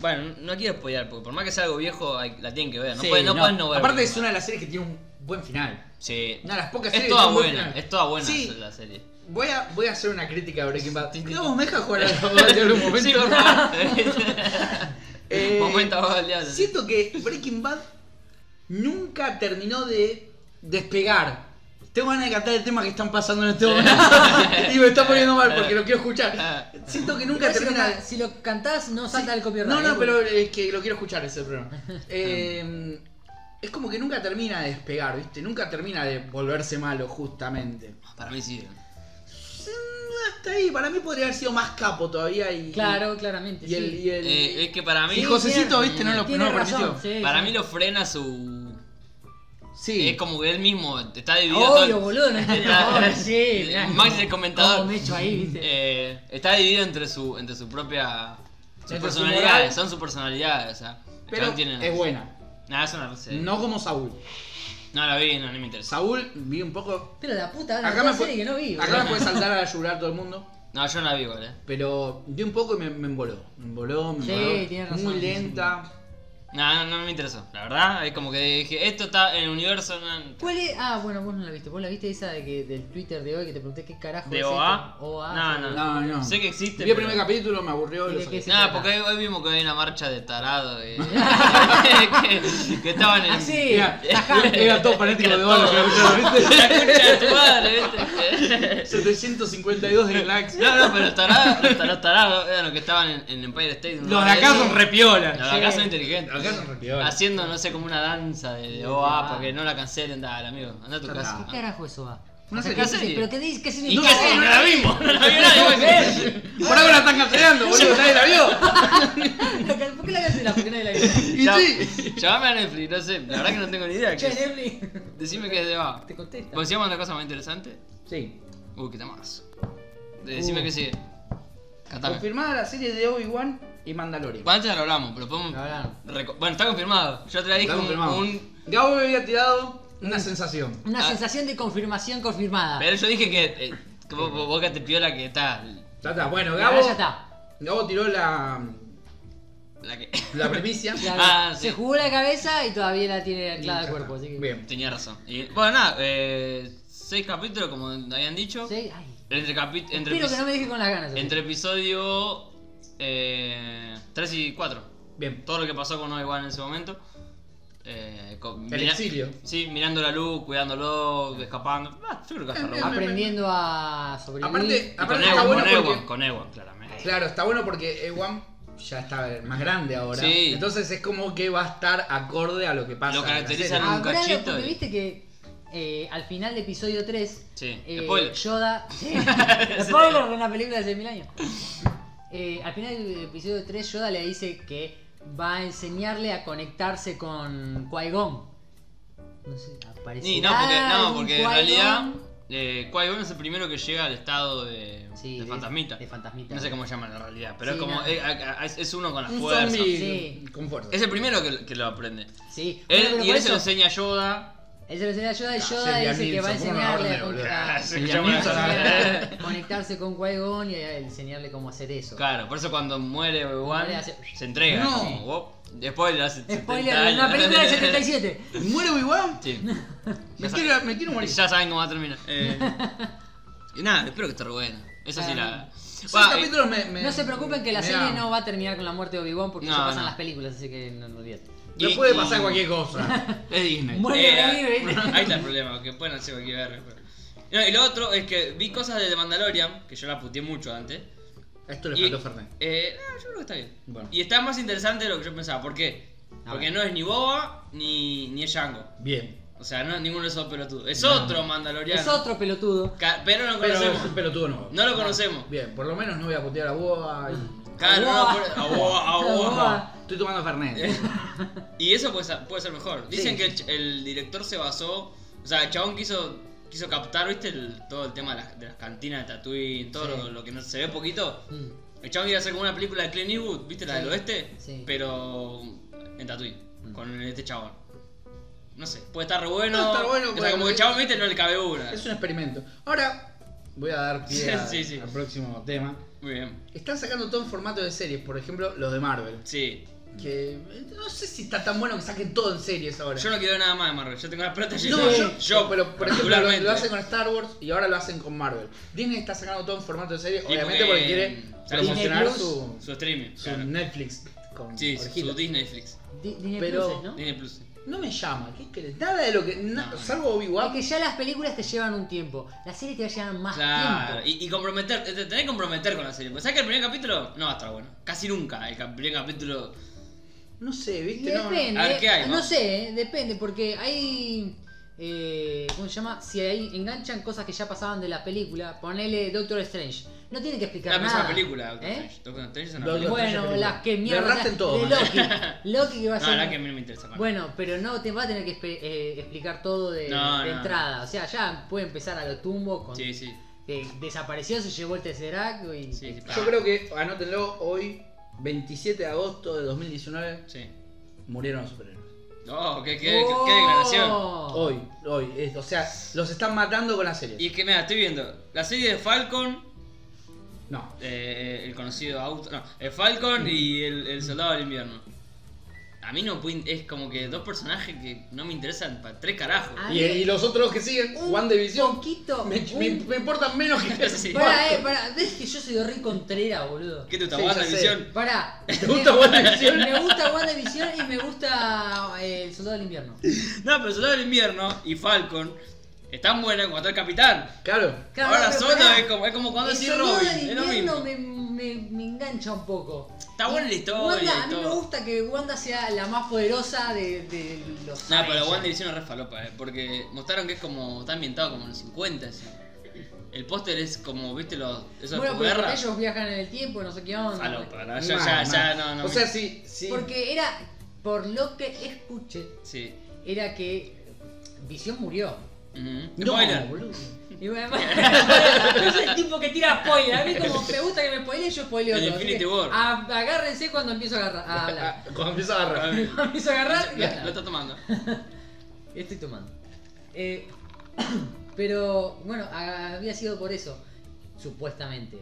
bueno, no quiero spoilear, porque por más que sea algo viejo, hay- la tienen que ver. No, Sí, pueden, no, pueden no ver. Aparte es Breaking una Bad. de las series que tiene un buen final. Sí. Una de las Es pocas series toda que tiene un buen buena, final. es toda buena Sí. la serie. Voy a, voy a hacer una crítica a Breaking Bad. Sí, sí. No, me deja jugar a la batalla en un momento. Sí, por favor. Eh, Momento, vos, Leandro. Siento que Breaking Bad nunca terminó de despegar. Tengo ganas de cantar el tema que están pasando en este momento. y me está poniendo mal porque lo quiero Ah. escuchar. Siento que nunca si, lo, termina. ca- si lo cantás, no salta el copyright. No, ¿eh? no, pero es que lo quiero escuchar ese programa. Eh, es como que nunca termina de despegar, ¿viste? Nunca termina de volverse malo, justamente. Para mí sí. Mm, Hasta ahí, para mí podría haber sido más capo todavía y. Claro, claramente. Y el. sí. y el- Eh, es que para mí. y Josecito, tiene- ¿viste? No lo, Tiene no lo razón, permitió. sí, Para sí. mí lo frena su. Sí. Es como que él mismo te está dividido todo el- Obvio, boludo, no entiendo. ahora, sí, mirá, Max es como- el comentador. como me echo ahí, viste. Eh, está dividido entre su entre su propia sus Entre su personalidades, moral. son sus personalidades, o sea, Pero no tienen- es buena. Nah, eso no, lo sé. No como Saúl. No la vi, no, ni me interesa. Saúl vi un poco. Pero Ah, la puta, Acá me, serie fue, que no vi. acá boludo. me puede saltar a llorar todo el mundo. No, yo no la vi, igual, eh. Pero vi un poco y me, me emboló. Me emboló, me Sí, emboló. tiene razón. Muy lenta. No, no, no me interesó, la verdad. Es como que dije, esto está en el universo. no- ¿Cuál es? Ah, bueno, vos no la viste. Vos la viste esa de que, del Twitter de hoy que te pregunté qué carajo ¿De es OA? esto. OA. No, sí. no, No, no. Ah, Sé que existe. Vi el pero- primer capítulo, me aburrió. ¿Y de lo qué saqué. se Nada, trata? porque hoy- hoy vimos que hay una marcha de tarado. eh, que, que estaban en. Ah, sí. Era, era todo fanático de Bola, que escucharon, ¿viste? La concha de tu madre, ¿viste? 752 de likes. No, no, pero los tarados, los tar- los tarados eran los que estaban en, en Empire State. ¿no? Los de acá son Los repiolas. de acá Sí. son inteligentes. Los de acá son repiolas. Haciendo, no sé, como una danza de, de OA para que no la cancelen. Dale, amigo, anda a tu Anda. casa. Ah. ¿Qué carajo es OA? Una O sea, serie. ¿qué significa? ¿Pero qué dice? ¿Qué ¿Y significa? qué sé? No la vimos, no la vio nadie. Por algo la están cancelando, boludo. Nadie la vio. ¿Por qué la cancelas? Porque nadie la vio. Y Ya- sí. Llamame a Netflix, no sé, la verdad que no tengo ni idea. Che, Que, Netflix. decime qué es de OA. Te contesta. ¿Vos decíamos una cosa más interesante? Sí. Uy, qué más. Decime Uh. qué sigue. Cantame. Confirmada la serie de Obi-Wan y Mandalorian. Bueno, antes ya lo hablamos, pero podemos. Ahora, reco- Bueno, está confirmado. Yo te la dije Está un- confirmado. un Gabo me había tirado una sensación. Una Ah. sensación de confirmación confirmada. Pero yo dije que. eh, que vos, vos- vos que te piola que está. Ya está, bueno, Y Gabo. ahora ya está. Gabo tiró la. La que. la primicia. Claro, Ah, sí. Se jugó la cabeza y todavía la tiene anclada al cuerpo. Así que... Bien. Tenía razón. Y, bueno, nada, eh, seis capítulos, como habían dicho. Sí, ay. Entre, capi- entre, Espero que episo- no me deje con las ganas. así. entre episodio. Eh, 3 y 4. Bien. Todo lo que pasó con Obi-Wan en ese momento. Eh, con- El exilio. Sí, mirando la luz, cuidándolo, escapando. Ah, yo creo que hasta lo bueno. Aprendiendo a sobrevivir. Aparte, Y Con aparte está Ewan, bueno con porque. Ewan, con Ewan, claramente. Claro, está bueno porque Ewan ya está más grande ahora. Sí. Entonces es como que va a estar acorde a lo que pasa. Lo en la caracteriza serie. un Habrá- cachito porque y- viste que eh, al final de episodio 3, Sí, eh, spoiler. Yoda. spoiler de una película de hace mil años. Eh, al final del episodio 3, Yoda le dice que va a enseñarle a conectarse con Qui-Gon. No sé, aparece. Sí, no, porque, no, porque en realidad eh, Qui-Gon es el primero que llega al estado de, de fantasmita. De fantasmita. no sé cómo llaman en realidad, pero Sí, es como. no. eh, a- a- Es, uno con la Un fuerza. zombie Sí. con fuerza. Es el primero que, que lo aprende. Sí, Él, bueno, pero y por él se lo eso- enseña a Yoda. Él se lo enseña a Yoda y Ah, Yoda Liam dice que va a Neeson, ¿cómo no enseñarle a, habla, boludo? conectar- Ah, sí, Liam llama- Neeson, a conectarse con Qui-Gon y a enseñarle cómo hacer eso. Claro, por eso cuando muere Obi-Wan Muere hace- se entrega. No. como, "Wow". Spoiler, hace 70 Spoiler, de años. una película del 77. ¿Muere Obi-Wan? Sí. Me quiero, me quiero morir. Ya saben cómo va a terminar. Eh, y nada, espero que esté re buena. Esa sí la. Seis Bah, eh, capítulos me- me- No se preocupen que la me serie da- no va a terminar con la muerte de Obi-Wan porque No, ya pasan no. las películas, así que no lo olviden. No y- puede y- pasar cualquier cosa. Es Disney. Bueno, Eh, ahí, ¿viste? ahí está el problema, que pueden hacer cualquier verga. pero- No, y lo otro es que vi cosas de The Mandalorian, que yo la puteé mucho antes. Esto le Y, faltó Fernet. eh, no, yo creo que está bien. Bueno. Y está más interesante de lo que yo pensaba. ¿Por qué? A Porque ver. no es ni Boba ni, ni es Django. Bien. O sea, no es ninguno de esos pelotudos. Es otro Mandaloriano. Es otro pelotudo. Ca- Pero no lo Pero conocemos. es un pelotudo nuevo. No lo conocemos. Bien, por lo menos no voy a putear a Boa. y- Claro, no, Boba. por- a Boba, a Boba. Boba. Estoy tomando Eh. Fernet. Y eso puede ser, puede ser mejor. Dicen Sí. que el, ch- el director se basó. O sea, el chabón quiso, quiso captar, viste, el- todo el tema de las, de las cantinas de Tatooine, todo Sí. lo, lo que no se ve poquito. Mm. El chabón quería hacer como una película de Clint Eastwood, viste, la Sí. del oeste, Sí. pero en Tatooine, Mm. con este chabón. No sé, puede estar re bueno. Puede estar bueno, o sea, bueno, como que el es- chabón, viste, no le cabe una. Es un experimento. Ahora voy a dar pie a- Sí, sí. al próximo tema. Muy bien. Están sacando todo en formato de series, por ejemplo, los de Marvel. Sí. Que eh, no sé si está tan bueno que saquen todo en series ahora. Yo no quiero nada más de Marvel, yo tengo la plata llena. No, yo, yo, pero por ejemplo lo, particularmente. lo hacen con Star Wars y ahora lo hacen con Marvel. Disney está sacando todo en formato de serie, Sí, obviamente porque- porque quiere Disney promocionar Plus. su, su streaming. su claro. Netflix con Sí, orejitas. su Disney Flix. Di- Disney Pero- Plus, ¿no? Disney Plus. No me llama, ¿qué querés? Nada de lo que. na- No. Salvo Es Obi-Wan. que ya las películas te llevan un tiempo. La serie te va a llevar más Claro, Ah, tiempo. y, y comprometer, te tenés que comprometer con la serie. Porque sabés que el primer capítulo no va a estar bueno. Casi nunca el cap- primer capítulo. No sé, ¿viste? No, no. Depende. este A ver, ¿qué hay, no? no? sé, eh, depende, porque hay. eh, ¿Cómo se llama? Si ahí enganchan cosas que ya pasaban de la película, ponele Doctor Strange. No tiene que explicar La misma nada. película, Doctor ¿Eh? Strange. Doctor Strange es una Doctor- película. Bueno, Strange las que película. mierda. Le rasten todo, de man. Loki. Loki que va a No, la ser. verdad que a mí no me interesa. para Bueno, pero no te va a tener que espe- eh, explicar todo de, No, de no, entrada. O sea, ya puede empezar a lo tumbo nada. con. Sí, sí. que desapareció, se llevó el Tesseract y. Sí, sí, Yo creo que, anótenlo, hoy, 27 de agosto de 2019, Sí. murieron los superhéroes. Oh, qué, qué, ¡Oh! qué declaración. Hoy, hoy. es- o sea, los están matando con la serie. Oh. Y es que, mira, estoy viendo la serie de Falcon, No. eh, el conocido auto. No, el Falcon y el, el soldado del invierno. A mí no puin- es como que dos personajes que no me interesan para tres carajos. Ah, Y, y los otros que siguen, Un WandaVision, poquito, me, un- me, me importan menos que el Sí. Pará, eh, pará. ¿Ves que yo soy de Rick Contreras, boludo? ¿Qué te gusta? Sí, ya la sé. visión? Pará. ¿Te gusta WandaVision? Me gusta WandaVision y me gusta eh, El Soldado del Invierno. No, pero Soldado del Invierno y Falcon están buenas en cuanto al capitán. Claro. Claro, Ahora pero solo pará. es como, es como cuando El decís Soldado Robin. del Es lo Invierno mismo. me, me, me engancha un poco. Está buena la historia. Wanda, a y mí todo. me gusta que Wanda sea la más poderosa de, de los. Nah, pero Avengers. Wanda hicieron re falopa, eh, porque mostraron que es como. Está ambientado como en los 50. así. El póster es como, viste, los. Esos Bueno, de pero guerra. porque ellos viajan en el tiempo, no sé qué onda. Falopa, ¿no? Ya, Mal, ya, mal. ya, no, no. O me- sea, sí, sí. Porque era, por lo que escuché, Sí. era que Visión murió. Ujú. no, Spoiler. boludo. Y bueno, yo soy el tipo que tira spoiler. A mí como me gusta que me spoile, yo spoileo En todo. Así Infinity que War. a- agárrense cuando empiezo a, agarrar, a hablar. Ah, Cuando empieza a agarrar. Cuando empiezo a agarrar, Lo, ya lo está. está tomando. Estoy tomando. Eh, pero bueno, a- había sido por eso, supuestamente,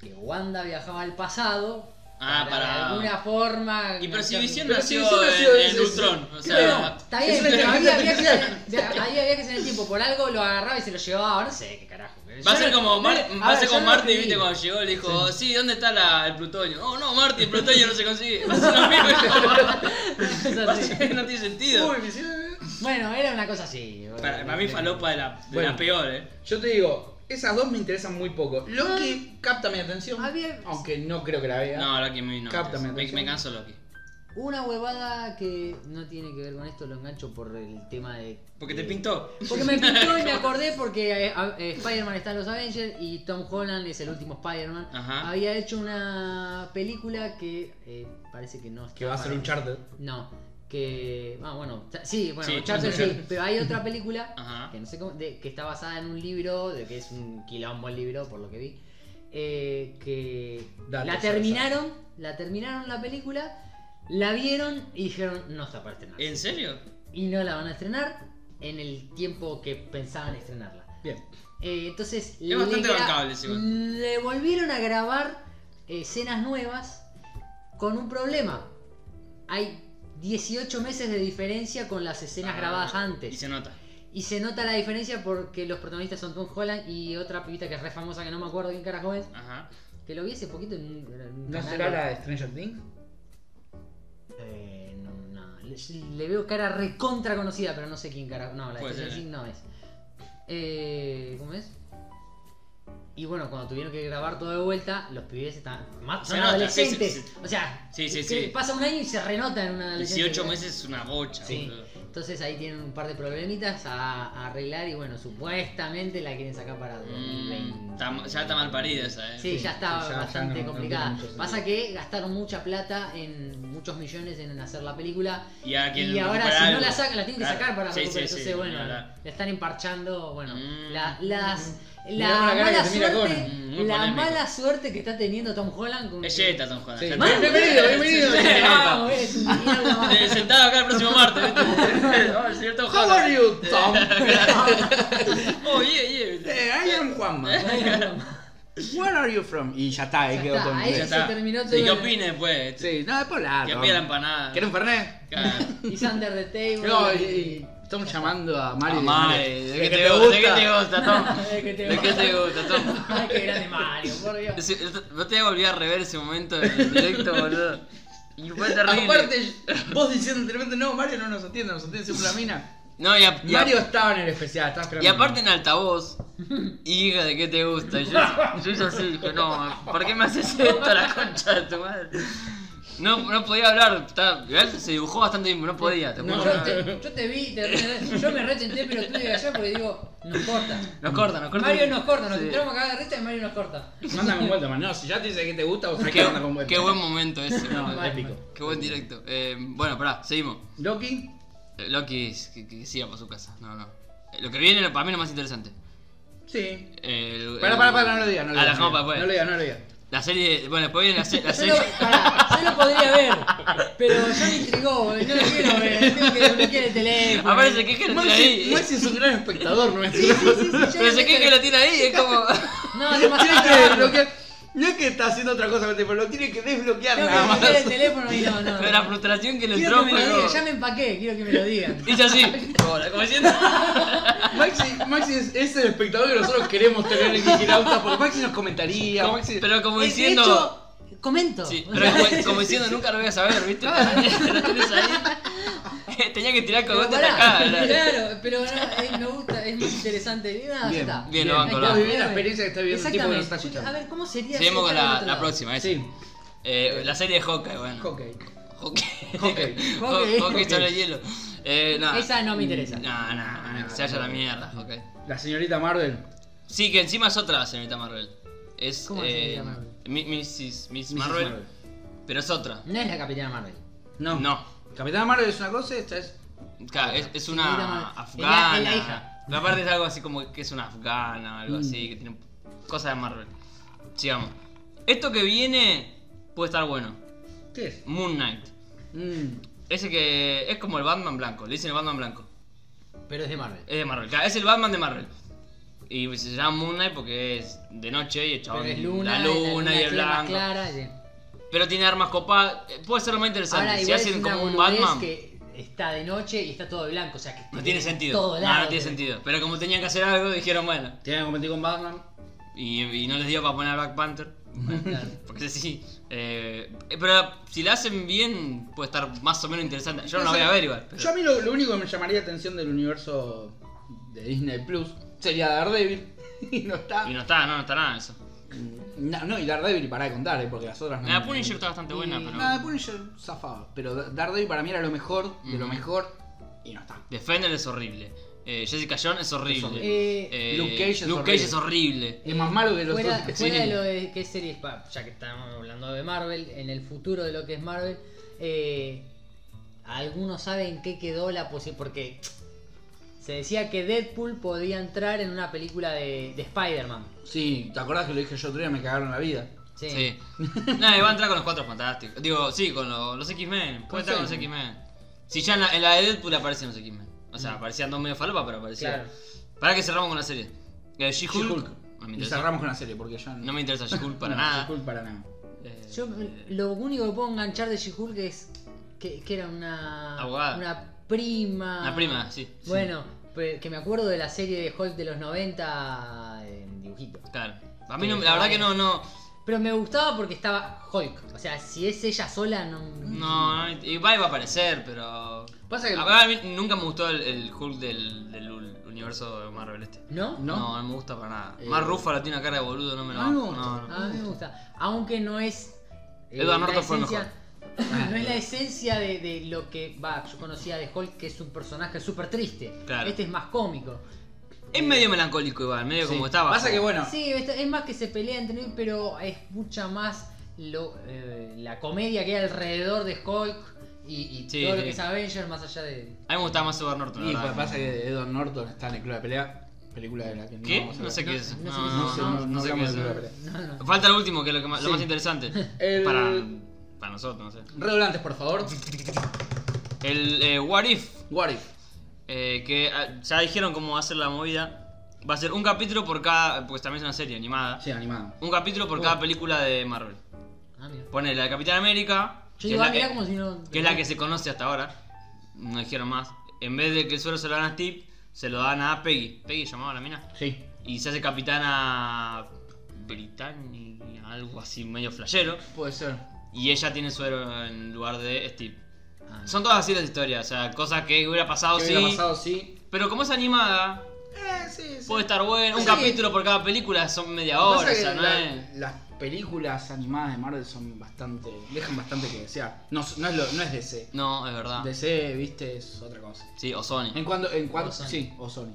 que Wanda viajaba al pasado. Ah, De para- alguna forma. Y pero si Visión Pero nació Visión nació en, en- en Ultron. O Bueno, sea. está Es bien, una pero había viajes, inteligencia en, via- había viajes en el tiempo. Por algo lo agarraba y se lo llevaba. No sé qué carajo. Va a ser como, Mar- va a ser como Marte, y viste, cuando llegó le dijo, sí, ¿dónde está la- el plutonio? Oh, no, Marte, el plutonio no se consigue. Va a ser lo mismo. Va a ser- no tiene sentido. Uy, me hicieron- Bueno, era una cosa así. Para, para mí falopa de la, de Bueno. la peor, eh. Yo te digo, esas dos me interesan muy poco. Lo que capta mi atención, Ah. Había- aunque no creo que la vea. No, Loki me no. Capta mi me, atención. me canso Loki. Una huevada que no tiene que ver con esto, lo engancho por el tema de. Porque Eh, te de- pintó. Porque me pintó y me acordé porque eh, a- eh, Spider-Man está en los Avengers y Tom Holland es el último Spider-Man. Ajá. Había hecho una película que eh, parece que no está Que va a ser para- un charter. No, que. Ah, bueno, ta- sí, bueno, Sí, Uncharted Uncharted. sí, pero hay otra película Ajá. que no sé cómo, de- que está basada en un libro, de que es un quilombo el libro, por lo que vi. eh, que Datos, la Sara, terminaron, la terminaron la película, la vieron y dijeron no está para estrenar. ¿En serio? Y no la van a estrenar en el tiempo que pensaban estrenarla. Bien. Eh, entonces Es bastante gra- bancable ese igual. le volvieron a grabar escenas nuevas con un problema. Hay 18 meses de diferencia con las escenas Ah, grabadas Y antes. se nota. Y se nota la diferencia porque los protagonistas son Tom Holland y otra pibita que es re famosa que no me acuerdo quién carajo es. Ajá. Que lo vi hace poquito en un, en un ¿No canal será de- la de Stranger Things? Eh, no, no. Le, le veo cara recontra conocida, pero no sé quién cara. No, la de Puede Stranger ser, Things no es. Eh, ¿Cómo es? Y bueno, cuando tuvieron que grabar todo de vuelta, los pibes están. más- Se son nota, adolescentes. sí, sí, sí. O sea, Sí, sí, que sí. pasa un año y se renota en una adolescencia. 18 meses es una bocha, Sí. boludo. Entonces ahí tienen un par de problemitas a, a arreglar y bueno, supuestamente la quieren sacar para Mm, 2020. está ma- ya está mal parida esa, eh. Sí, Sí, ya está sí, ya- ya no- no bastante tiene complicada. mucho sentido. Pasa que gastaron mucha plata en muchos millones en hacer la película Y ahora quieren y ahora recuperar si no algo. la sacan, la tienen que Claro. sacar para Sí, recuperar. sí, sí, Entonces, bueno, ni hablar. la están emparchando. Bueno, Mm. la, las, la Mirá con la cara mala que te mira suerte, con- Mm, muy la polémico. mala suerte que está teniendo Tom Holland con. Es Jetta, Tom Juan. Sí. ¡Vamos! Bienvenido, bienvenido. Sí, señorita. Vamos, es un mierda, vamos. Sentado acá el próximo martes, ¿viste? Vamos, el señor Tom How Holland. are you, Tom? Oh, yeah, yeah. Eh, I am Juanma. Where are you from? Y ya está, ahí Ya quedó está, todo en ahí Ya inglés. está. se terminó Sí, todo ¿Qué el- opina después? Sí, no, es por la. Que pida la empanada. ¿Quieres un Fernet? Claro. Y Sander the Table. No, y, y estamos llamando a Mario. Ah, y Mari, diciéndole, ¿de qué te gusta? ¿De qué te gusta, Tom? Ay, que te ¿De qué te gusta, Tom? Ay, qué grande Mario, por Dios. Sí, No te voy a volver a rever ese momento en el directo, boludo. Y fue terrible. Aparte, vos diciendo tremendo, no, Mario no nos atiende, nos atiende siempre la mina. no, y, a- y a- Mario estaba en el especial, y estaba esperando. aparte en altavoz. Hija, ¿de qué te gusta? Y Yo, yo ya sí, dije, no, ¿por qué me haces esto a la concha de tu madre? No, no podía hablar, estaba- igual se dibujó bastante bien, pero no podía, te No, juro. Yo te, yo te vi, te re- yo me rechenté, pero tú de allá porque digo, nos corta. Nos corta, nos corta. Mario nos corta, nos Sí. entramos acá de reta y Mario nos corta. Mándame un vuelta, man. No, si ya te dice que te gusta, vos sabés que anda con Qué, vuelta. qué buen momento ese, No, boludo. épico. Qué buen directo. Eh, bueno, pará, seguimos. Loki, Eh, Loki, es- que, que siga por su casa. No, no. Eh, Lo que viene lo- para mí es lo más interesante. sí. El- Pará, el- pará, pará, no lo digas, no lo Ah, digas. Eh, la dejamos para después. No lo digas, no lo digas. La serie. Bueno, después viene la, se- la Yo serie. lo, pará, yo lo podría ver, pero ya me intrigó, boludo, no lo quiero ver, tengo que bloquear el teléfono. Aparece que es que lo tira Maxi, ahí. Maxi es un gran espectador, no es Sí, sí, sí, sí, ya Pero lo se que es tengo que lo tira ahí, es como. No, es Tiene que demasiado. bloquear. No es que está haciendo otra cosa con el teléfono, lo tiene que desbloquear Tengo nada que más. meter el teléfono y no, no. Pero la frustración que le Quiero entró que fue me lo digan, como- ya me empaqué, quiero que me lo digan. Hizo así. Hola, como diciendo. Maxi, Maxi es, es el espectador que nosotros queremos tener en Vigilauta porque Maxi nos comentaría. Maxi... Pero como Eh, diciendo. De hecho, comento. Sí, pero como, como diciendo nunca lo voy a saber, ¿viste? Lo tenés ahí. Tenía que tirar Pero cogote pará, acá. ¿verdad? claro, pero no, eh, me gusta, es más interesante. Y nada, Bien, ya está. bien, lo banco, lo Ahí está, banco. Vivir la experiencia que está viviendo el tipo que nos está Exactamente. escuchando. Yo- A ver, ¿cómo sería? Seguimos si con estar la, del la otro lado? próxima, esa. Sí, Eh, la serie de Hawkeye, bueno. hockey. Hockey. Hockey. Hockey. Hockey. sobre hielo. Eh, no. Esa no me interesa. No, no, no, que se haya la mierda, Hawkeye. La señorita Marvel. Sí, que encima es otra señorita Marvel. Es. ¿Cómo es eh, señorita Marvel? mi- Mrs. Miss Mrs. Marvel, pero es otra. No es la capitana Marvel. No. No. Capitana Marvel es una cosa, esta es. Claro, es, es Señorita una Marvel. Es la- afgana. es la hija. Pero aparte es algo así como que es una afgana, algo Mm. así, que tiene cosas de Marvel. Sigamos. Esto que viene puede estar bueno. ¿Qué es? Moon Knight. Mm, Ese que es como el Batman blanco, le dicen el Batman blanco. Pero es de Marvel. Es de Marvel, claro, es el Batman de Marvel. Y pues, se llama Moon Knight porque es de noche y el Pero chabón. es luna, la luna, y el tiene más blanco. clara, sí. Pero tiene armas copadas. eh, Puede ser lo más interesante. Ahora si igual hacen es una como un boludez Batman. que está de noche y está todo de eh. blanco, o sea que No tiene sentido. todo No, lado, no tiene pero- sentido. Pero como tenían que hacer algo, dijeron, bueno. Tienen que competir con Batman. Y, y no les dio para poner a Black Panther. Claro. Porque sí. eh, pero si la hacen bien, puede estar más o menos interesante. Yo no la voy a ver igual. pero- Yo a mí lo, lo único que me llamaría atención del universo de Disney Plus sería Daredevil. Y no está. Mm, Y no está, no, no está nada de eso. No, no, y Daredevil para de contar, eh, porque las otras no. La Ah, Punisher está bastante buena, Y- pero. Nada, Punisher zafaba. Pero Da- Daredevil para mí era lo mejor, de lo Ujú. mejor, y no está. Defender es horrible. Eh, Jessica Jones es horrible. Es horrible. Eh, Luke Cage es Luke Cage es horrible. Es más malo que los Eh, fuera, otros. fuera Sí. de lo de qué series, pa, ya que estamos hablando de Marvel, en el futuro de lo que es Marvel, eh, algunos saben qué quedó la posibilidad, porque se decía que Deadpool podía entrar en una película de, de Spider-Man. Sí, ¿te acordás que lo dije yo otro día? Me cagaron la vida. Sí. Sí. Nada, y va a entrar con los cuatro fantásticos. Digo, sí, con lo- los X-Men. Puede entrar con los Perfecto. X-Men. Si ya en la, en la de Deadpool aparecen los X-Men. O sea, aparecían dos medio falopa, pero aparecían. Claro. Para que cerramos con la serie. Eh, She-Hulk. She-Hulk. No me Y interesa. cerramos con la serie, porque ya No me interesa She-Hulk para no, nada. She-Hulk para nada. Eh, Yo lo único que puedo enganchar de She-Hulk es que, que era una Abogada. una prima. La prima, sí. Bueno, pe- que me acuerdo de la serie de Hulk de los 90 en dibujitos. Claro. A mí, no, la verdad que no, no. Pero me gustaba porque estaba Hulk. O sea, si es ella sola, no. No, no, y va y va a aparecer, pero. Pasa que- La verdad, a mí nunca me gustó el, el Hulk del, del universo de Marvel este. ¿No? ¿No? No, no, me gusta para nada. Eh, Más Rúfalo tiene una cara de boludo, no me lo a mí me banco, gusta. Ah, no, no. Ah, A mí me gusta. Aunque no es. eh, Edward la Norton fue el esencia- No es la esencia de, de lo que. Va, yo conocía de Hulk, que es un personaje súper triste. Claro. Este es más cómico. Es medio melancólico igual, medio eh, Sí. como estaba. Pasa que bueno. Sí, este, es es más que se pelea entre ellos, pero es mucha más lo, eh, la comedia que hay alrededor de Hulk y, y Sí, todo lo sí. que es Avengers, más allá de. A mí me gustaba más Edward Norton. la Y verdad. pa- pasa que Edward Norton está en el club de pelea. Película de la que ¿Qué? no vamos a No sé hablar. qué es. no No, sé qué es. no, No sé, no, no- no no sé qué hablamos es. de Club de Pelea. No, no. Falta el último, que es lo, que más, lo Sí. más interesante. El- Para, para nosotros, no sé. Redoblantes, por favor. El eh, What If, What if? eh, que ah, ya dijeron cómo va a ser la movida. Va a ser un capítulo por cada. Porque también es una serie animada. Sí, animado. Un capítulo por cada película de Marvel. Ah, mira. Pone la de Capitán América. que Yo es digo, ah, la- mirá eh, como si no. que es la que se conoce hasta ahora. No dijeron más. En vez de que el suelo se lo dan a Steve, se lo dan a Peggy. Peggy llamaba a la mina. Sí. Y se hace capitana británica, algo así medio flashero. Puede ser. Y ella tiene suero en lugar de Steve. Ah, Son todas así las historias, o sea, cosas que hubiera pasado ¿Qué sí. hubiera pasado Ah, sí? Pero como es animada, Eh, sí, sí. puede estar bueno. Un Sí. capítulo por cada película son media Pasa hora, o que sea, no la- es. Las películas animadas de Marvel son bastante. dejan bastante que desear. No, no, es, lo- no es DC. No, es Ah. verdad. DC, viste, es otra cosa. Sí, o Sony. En cuanto. En cuanto O Sony. sí, o Sony.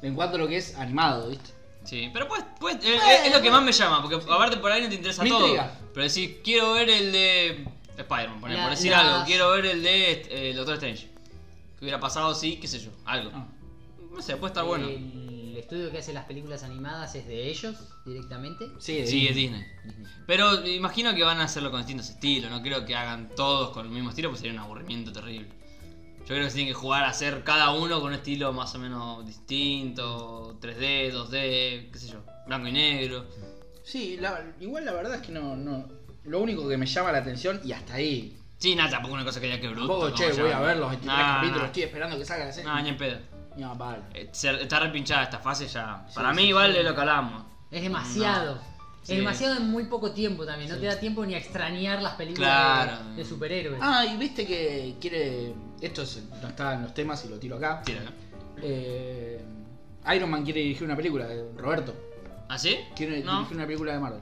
En cuanto a lo que es animado, viste. Sí, pero pues, pues, es, es- es lo que más me llama, porque aparte por ahí no te interesa Me todo. intriga. Pero decís, quiero ver el de Spider-Man, ponele, La- por decir las- algo, quiero ver el de eh, el Doctor Strange. Que hubiera pasado, sí, qué sé yo, algo. Ah. No sé, puede estar bueno. Eh, El estudio que hace las películas animadas es de ellos directamente. Sí, de Sí, es Disney. Disney. Pero imagino que van a hacerlo con distintos estilos, no creo que hagan todos con el mismo estilo, pues sería un aburrimiento terrible. Yo creo que se tienen que jugar a hacer cada uno con un estilo más o menos distinto, 3D, 2D, qué sé yo, blanco y negro. Sí, la- igual la verdad es que no, no. Lo único que me llama la atención, y hasta ahí. Sí, nada, tampoco una cosa que ya que bruto. Tampoco, no, Ah. che, ya- voy a ver los 23 Nah, capítulos, nah. estoy esperando que salga la serie. No, ni en pedo. No, vale. Eh, se- Está repinchada esta fase ya. Sí, Para sí, mí, sí. igual es lo que hablábamos. Es demasiado. Sí. Es demasiado en muy poco tiempo también. No Sí. te da tiempo ni a extrañar las películas Claro. de, de superhéroes. Ah, y viste que quiere. Esto es- no está en los temas y lo tiro acá. Tira acá. Eh, Iron Man quiere dirigir una película, eh, Roberto. ¿Ah, sí? Quiere No. dirigir una película de Marvel.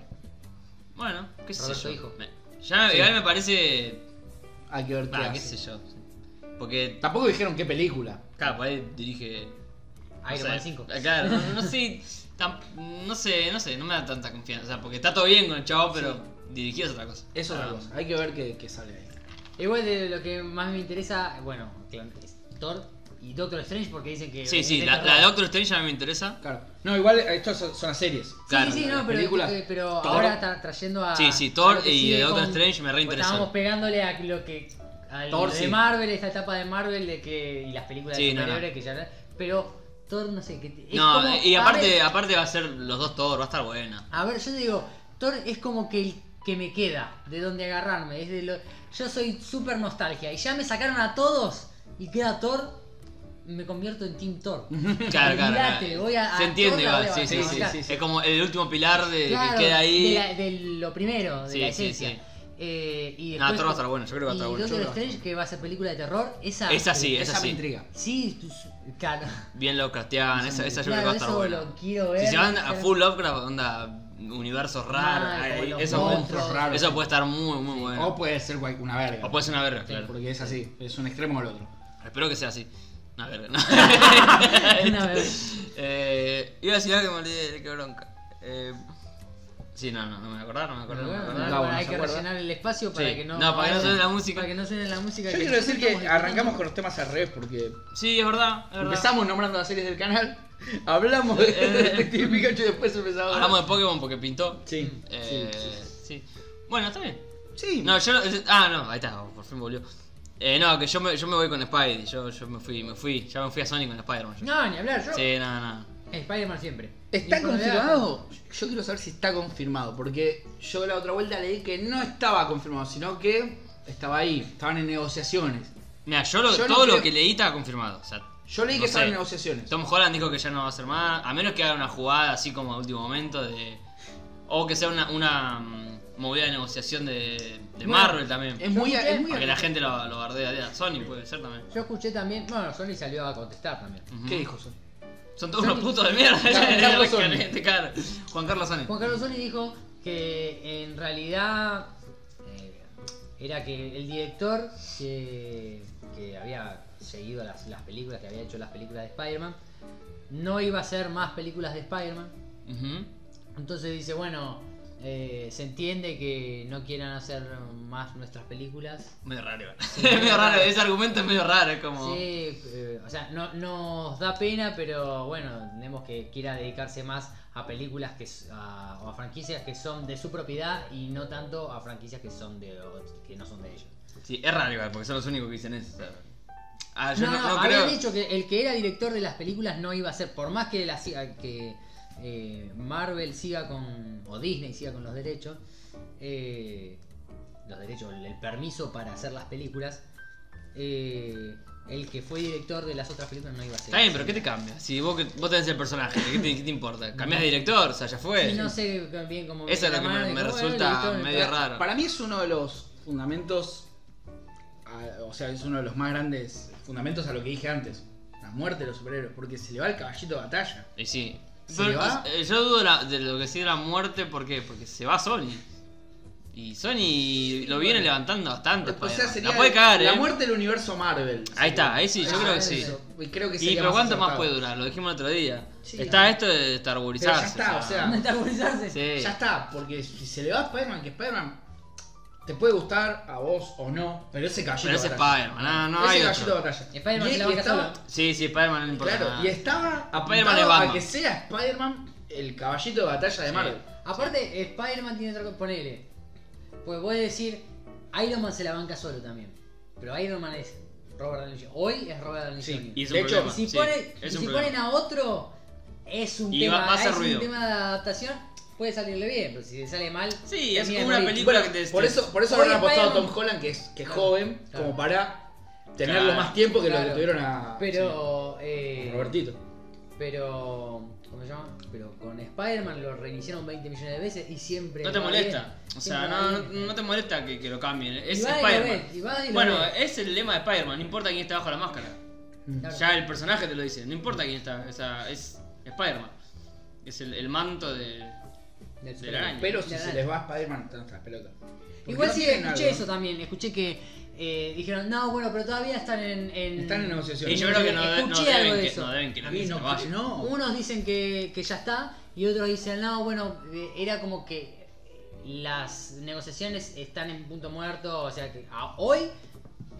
Bueno, qué sé Roberto yo. Hijo. Me- Ya, Sí. igual me parece. Hay que ver qué Ah, hace. qué sé yo. Porque. Tampoco dijeron qué película. Claro, por ahí dirige. Ah, no Iron sé, eh, Man 5. Claro, no, no sé. tam- no sé, no sé, no me da tanta confianza. O sea, porque está todo bien con el chavo, pero dirigir es otra cosa. Eso es Ah, otra cosa. Hay que ver qué, qué sale ahí. Igual de lo que más me interesa, bueno, es Thor y Doctor Strange porque dicen que... Sí, sí, es la, terror. la de Doctor Strange ya me interesa. Claro. No, igual estas son, son las series. Sí, Claro, sí, sí, las no, pero, películas, eh, pero Thor. ahora está trayendo a... Sí, sí, Thor a lo que y sigue Doctor Strange me reinteresó. Estábamos pegándole a lo que... Al Thor, de sí. Marvel, esta etapa de Marvel de que, y las películas Sí, de no, no. superhéroes que ya... Pero Thor, no sé, que... es No, como- y a aparte, ver- aparte va a ser los dos Thor, va a estar buena. A ver, yo te digo, Thor es como que el que me queda, de donde agarrarme. Es de lo... Yo soy súper nostalgia y ya me sacaron a todos y queda Thor, me convierto en Team Thor. Claro, claro. Olvídate, claro. voy a- Se a entiende Thor la igual, voy sí, a sí, sí, bancar. sí, sí. Es como el último pilar de Claro, que queda ahí. De, la- de lo primero, de Sí, la sí, esencia. sí. Eh, y No, después- Thor va a estar bueno, yo creo que va a estar y bueno. Doctor Yo creo que va a Strange, que va a ser película de terror, esa... Esa sí, eh, esa Esa sí. me intriga. Sí, tus- claro. Bien Lovecraftian, esa, esa yo creo que va Claro, a estar eso buena. lo quiero ver. Si se van a Ser- full Lovecraft, onda universos raros, Mal, ahí, como los eso, monstruos. monstruos raros. eso puede estar muy, muy O bueno. puede ser guay- una verga. O puede ser una verga, claro. Porque es así, es un extremo o el otro. Espero que sea así. Una verga, ¿no? Una verga. Eh, iba a decir algo que me olvidé, qué bronca. Eh, sí, no, no, no me acordaba, no me acordaba. Pero No me bueno, acordaba. bueno, hay ¿se que acuerda? rellenar el espacio para Sí. que no. No, para que no suene la música. Para que no suene la música. Yo quiero decir que estamos arrancamos con los temas al revés porque Sí, es verdad, es verdad. empezamos nombrando las series del canal, hablamos de Detective Pikachu y después empezamos. Eh. Hablamos de Pokémon porque pintó. Sí, Eh, sí, sí. Bueno, está bien. sí. No, yo. Ah, no, ahí está, por fin volvió. Eh, no, que yo me, yo me voy con Spidey. Yo, yo me fui, me fui. Ya me fui a Sony con Spider-Man. yo. No, ni hablar, yo. Sí, no, no. Spider-Man siempre. ¿Está Y con confirmado? Yo quiero saber si está confirmado, porque yo la otra vuelta leí que no estaba confirmado, sino que estaba ahí, estaban en negociaciones. Mira, yo, lo- Yo no todo lo creo- que leí estaba confirmado. O sea, Yo leí No que estaban sé. en negociaciones. Tom Holland dijo que ya no va a hacer más. A menos que haga una jugada así como a último momento de. O que sea una, una mm, movida de negociación de, de Bueno, Marvel también. Es muy, es muy Para que la gente lo, lo bardee a Sony, puede ser también. Yo escuché también. Bueno, Sony salió a contestar también. Ujú. ¿Qué dijo eso? Son todos Sony. unos putos de mierda. Juan Carlos Sony. Este cara. Juan Carlos Sony. Juan Carlos Sony dijo que en realidad eh, era que el director que, que había seguido las, las películas, que había hecho las películas de Spider-Man, no iba a hacer más películas de Spider-Man. Ujú. Entonces dice, bueno, eh, se entiende que no quieran hacer más nuestras películas. Medio raro, igual. es medio raro, ese argumento es medio raro, es como. Sí, eh, o sea, no, nos da pena, pero bueno, tenemos que quiera dedicarse más a películas que s- a- o a franquicias que son de su propiedad y no tanto a franquicias que son de ot- que no son de ellos. Sí, es raro igual, porque son los únicos que dicen eso. o sea. Ah, yo no, no, creo. habían dicho que el que era director de las películas no iba a ser, por más que la siga- que eh, Marvel siga con o Disney siga con los derechos, eh, los derechos, el, el permiso para hacer las películas. eh, el que fue director de las otras películas no iba a ser. Está bien, pero ¿qué te cambia? Si vos, que- vos tenés el personaje, ¿qué te, qué te importa? ¿Cambias de director? O sea, ya fue. Sí, no sé bien cómo Eso es lo que me- me resulta medio raro. raro. Para mí es uno de los fundamentos, a- o sea, es uno de los más grandes fundamentos a lo que dije antes, la muerte de los superhéroes, porque se le va el caballito de batalla. Y sí. ¿Se Pero, le va? eh, yo dudo la- de lo que sí de la muerte, ¿por qué? Porque se va Sony. Y Sony lo viene levantando bastante. O sea, Spider-Man. sería la puede cagar, la ¿eh? muerte del universo Marvel. Ahí sería. está, ahí sí, yo Ah, creo que eso. sí. Y creo que Y sería pero ¿cuánto más acertado. puede durar? Lo dijimos el otro día. Sí. está esto de Pero ya tarborizarse. está, o sea, Metabolizarse. sí. Ya está, porque si se le va a Spider-Man, que Spider-Man te puede gustar a vos o no, pero ese caballito Pero ese de batalla. Spider-Man, no, no ese hay caballito otro. de batalla. Spider-Man Y- se la y banca estaba- solo. Sí, sí, Spider-Man no importa Claro, nada. y estaba Spider-Man es apuntado a Batman. que sea Spider-Man el caballito de batalla de Sí. Marvel. Aparte, Spider-Man tiene otra cosa. Ponele. Pues voy a decir, Iron Man se la banca solo también. Pero Iron Man es Robert Downey Jr. Hoy es Robert Downey Sí, Jr. Y es un De hecho, problema, si sí, pone- es y un si problema. ponen a otro, es un, Y va- tema, va a hacer es un ruido. tema de adaptación. puede salirle bien, pero si le sale mal. Sí, es termina como de una morir. película Bueno, que te por eso, por eso Hoy habrán apostado a Spider-Man- Tom Holland, que es, que es Claro, joven, claro. como para tenerlo Claro. más tiempo que lo Claro. que tuvieron a, Pero. sí, eh, a Robertito. Pero. ¿Cómo se llama? Pero con Spider-Man lo reiniciaron 20 millones de veces y siempre. No te va molesta. bien. O sea, Siempre no, va no, bien. no te molesta que, que lo cambien. Es Y va y lo Spider-Man. ves, y va y lo Bueno, ves. es el lema de Spider-Man. No importa quién está bajo la máscara. Claro. Ya el personaje te lo dice. No importa quién está. O sea, es Spider-Man. Es el, el manto de. Del de la araña. Pero De si la se araña. les va a Spider-Man, están las pelotas. Porque Igual no sí, tienen escuché algo. eso también. Escuché que eh, dijeron, no, bueno, pero todavía están en. en- Están en negociación. Y yo creo que no, de- no Escuché algo deben de que, eso. no deben que lo A mí dicen, no, no vaya. no. Unos dicen que, que ya está y otros dicen, no, bueno, eh, era como que las negociaciones están en punto muerto, o sea que a- hoy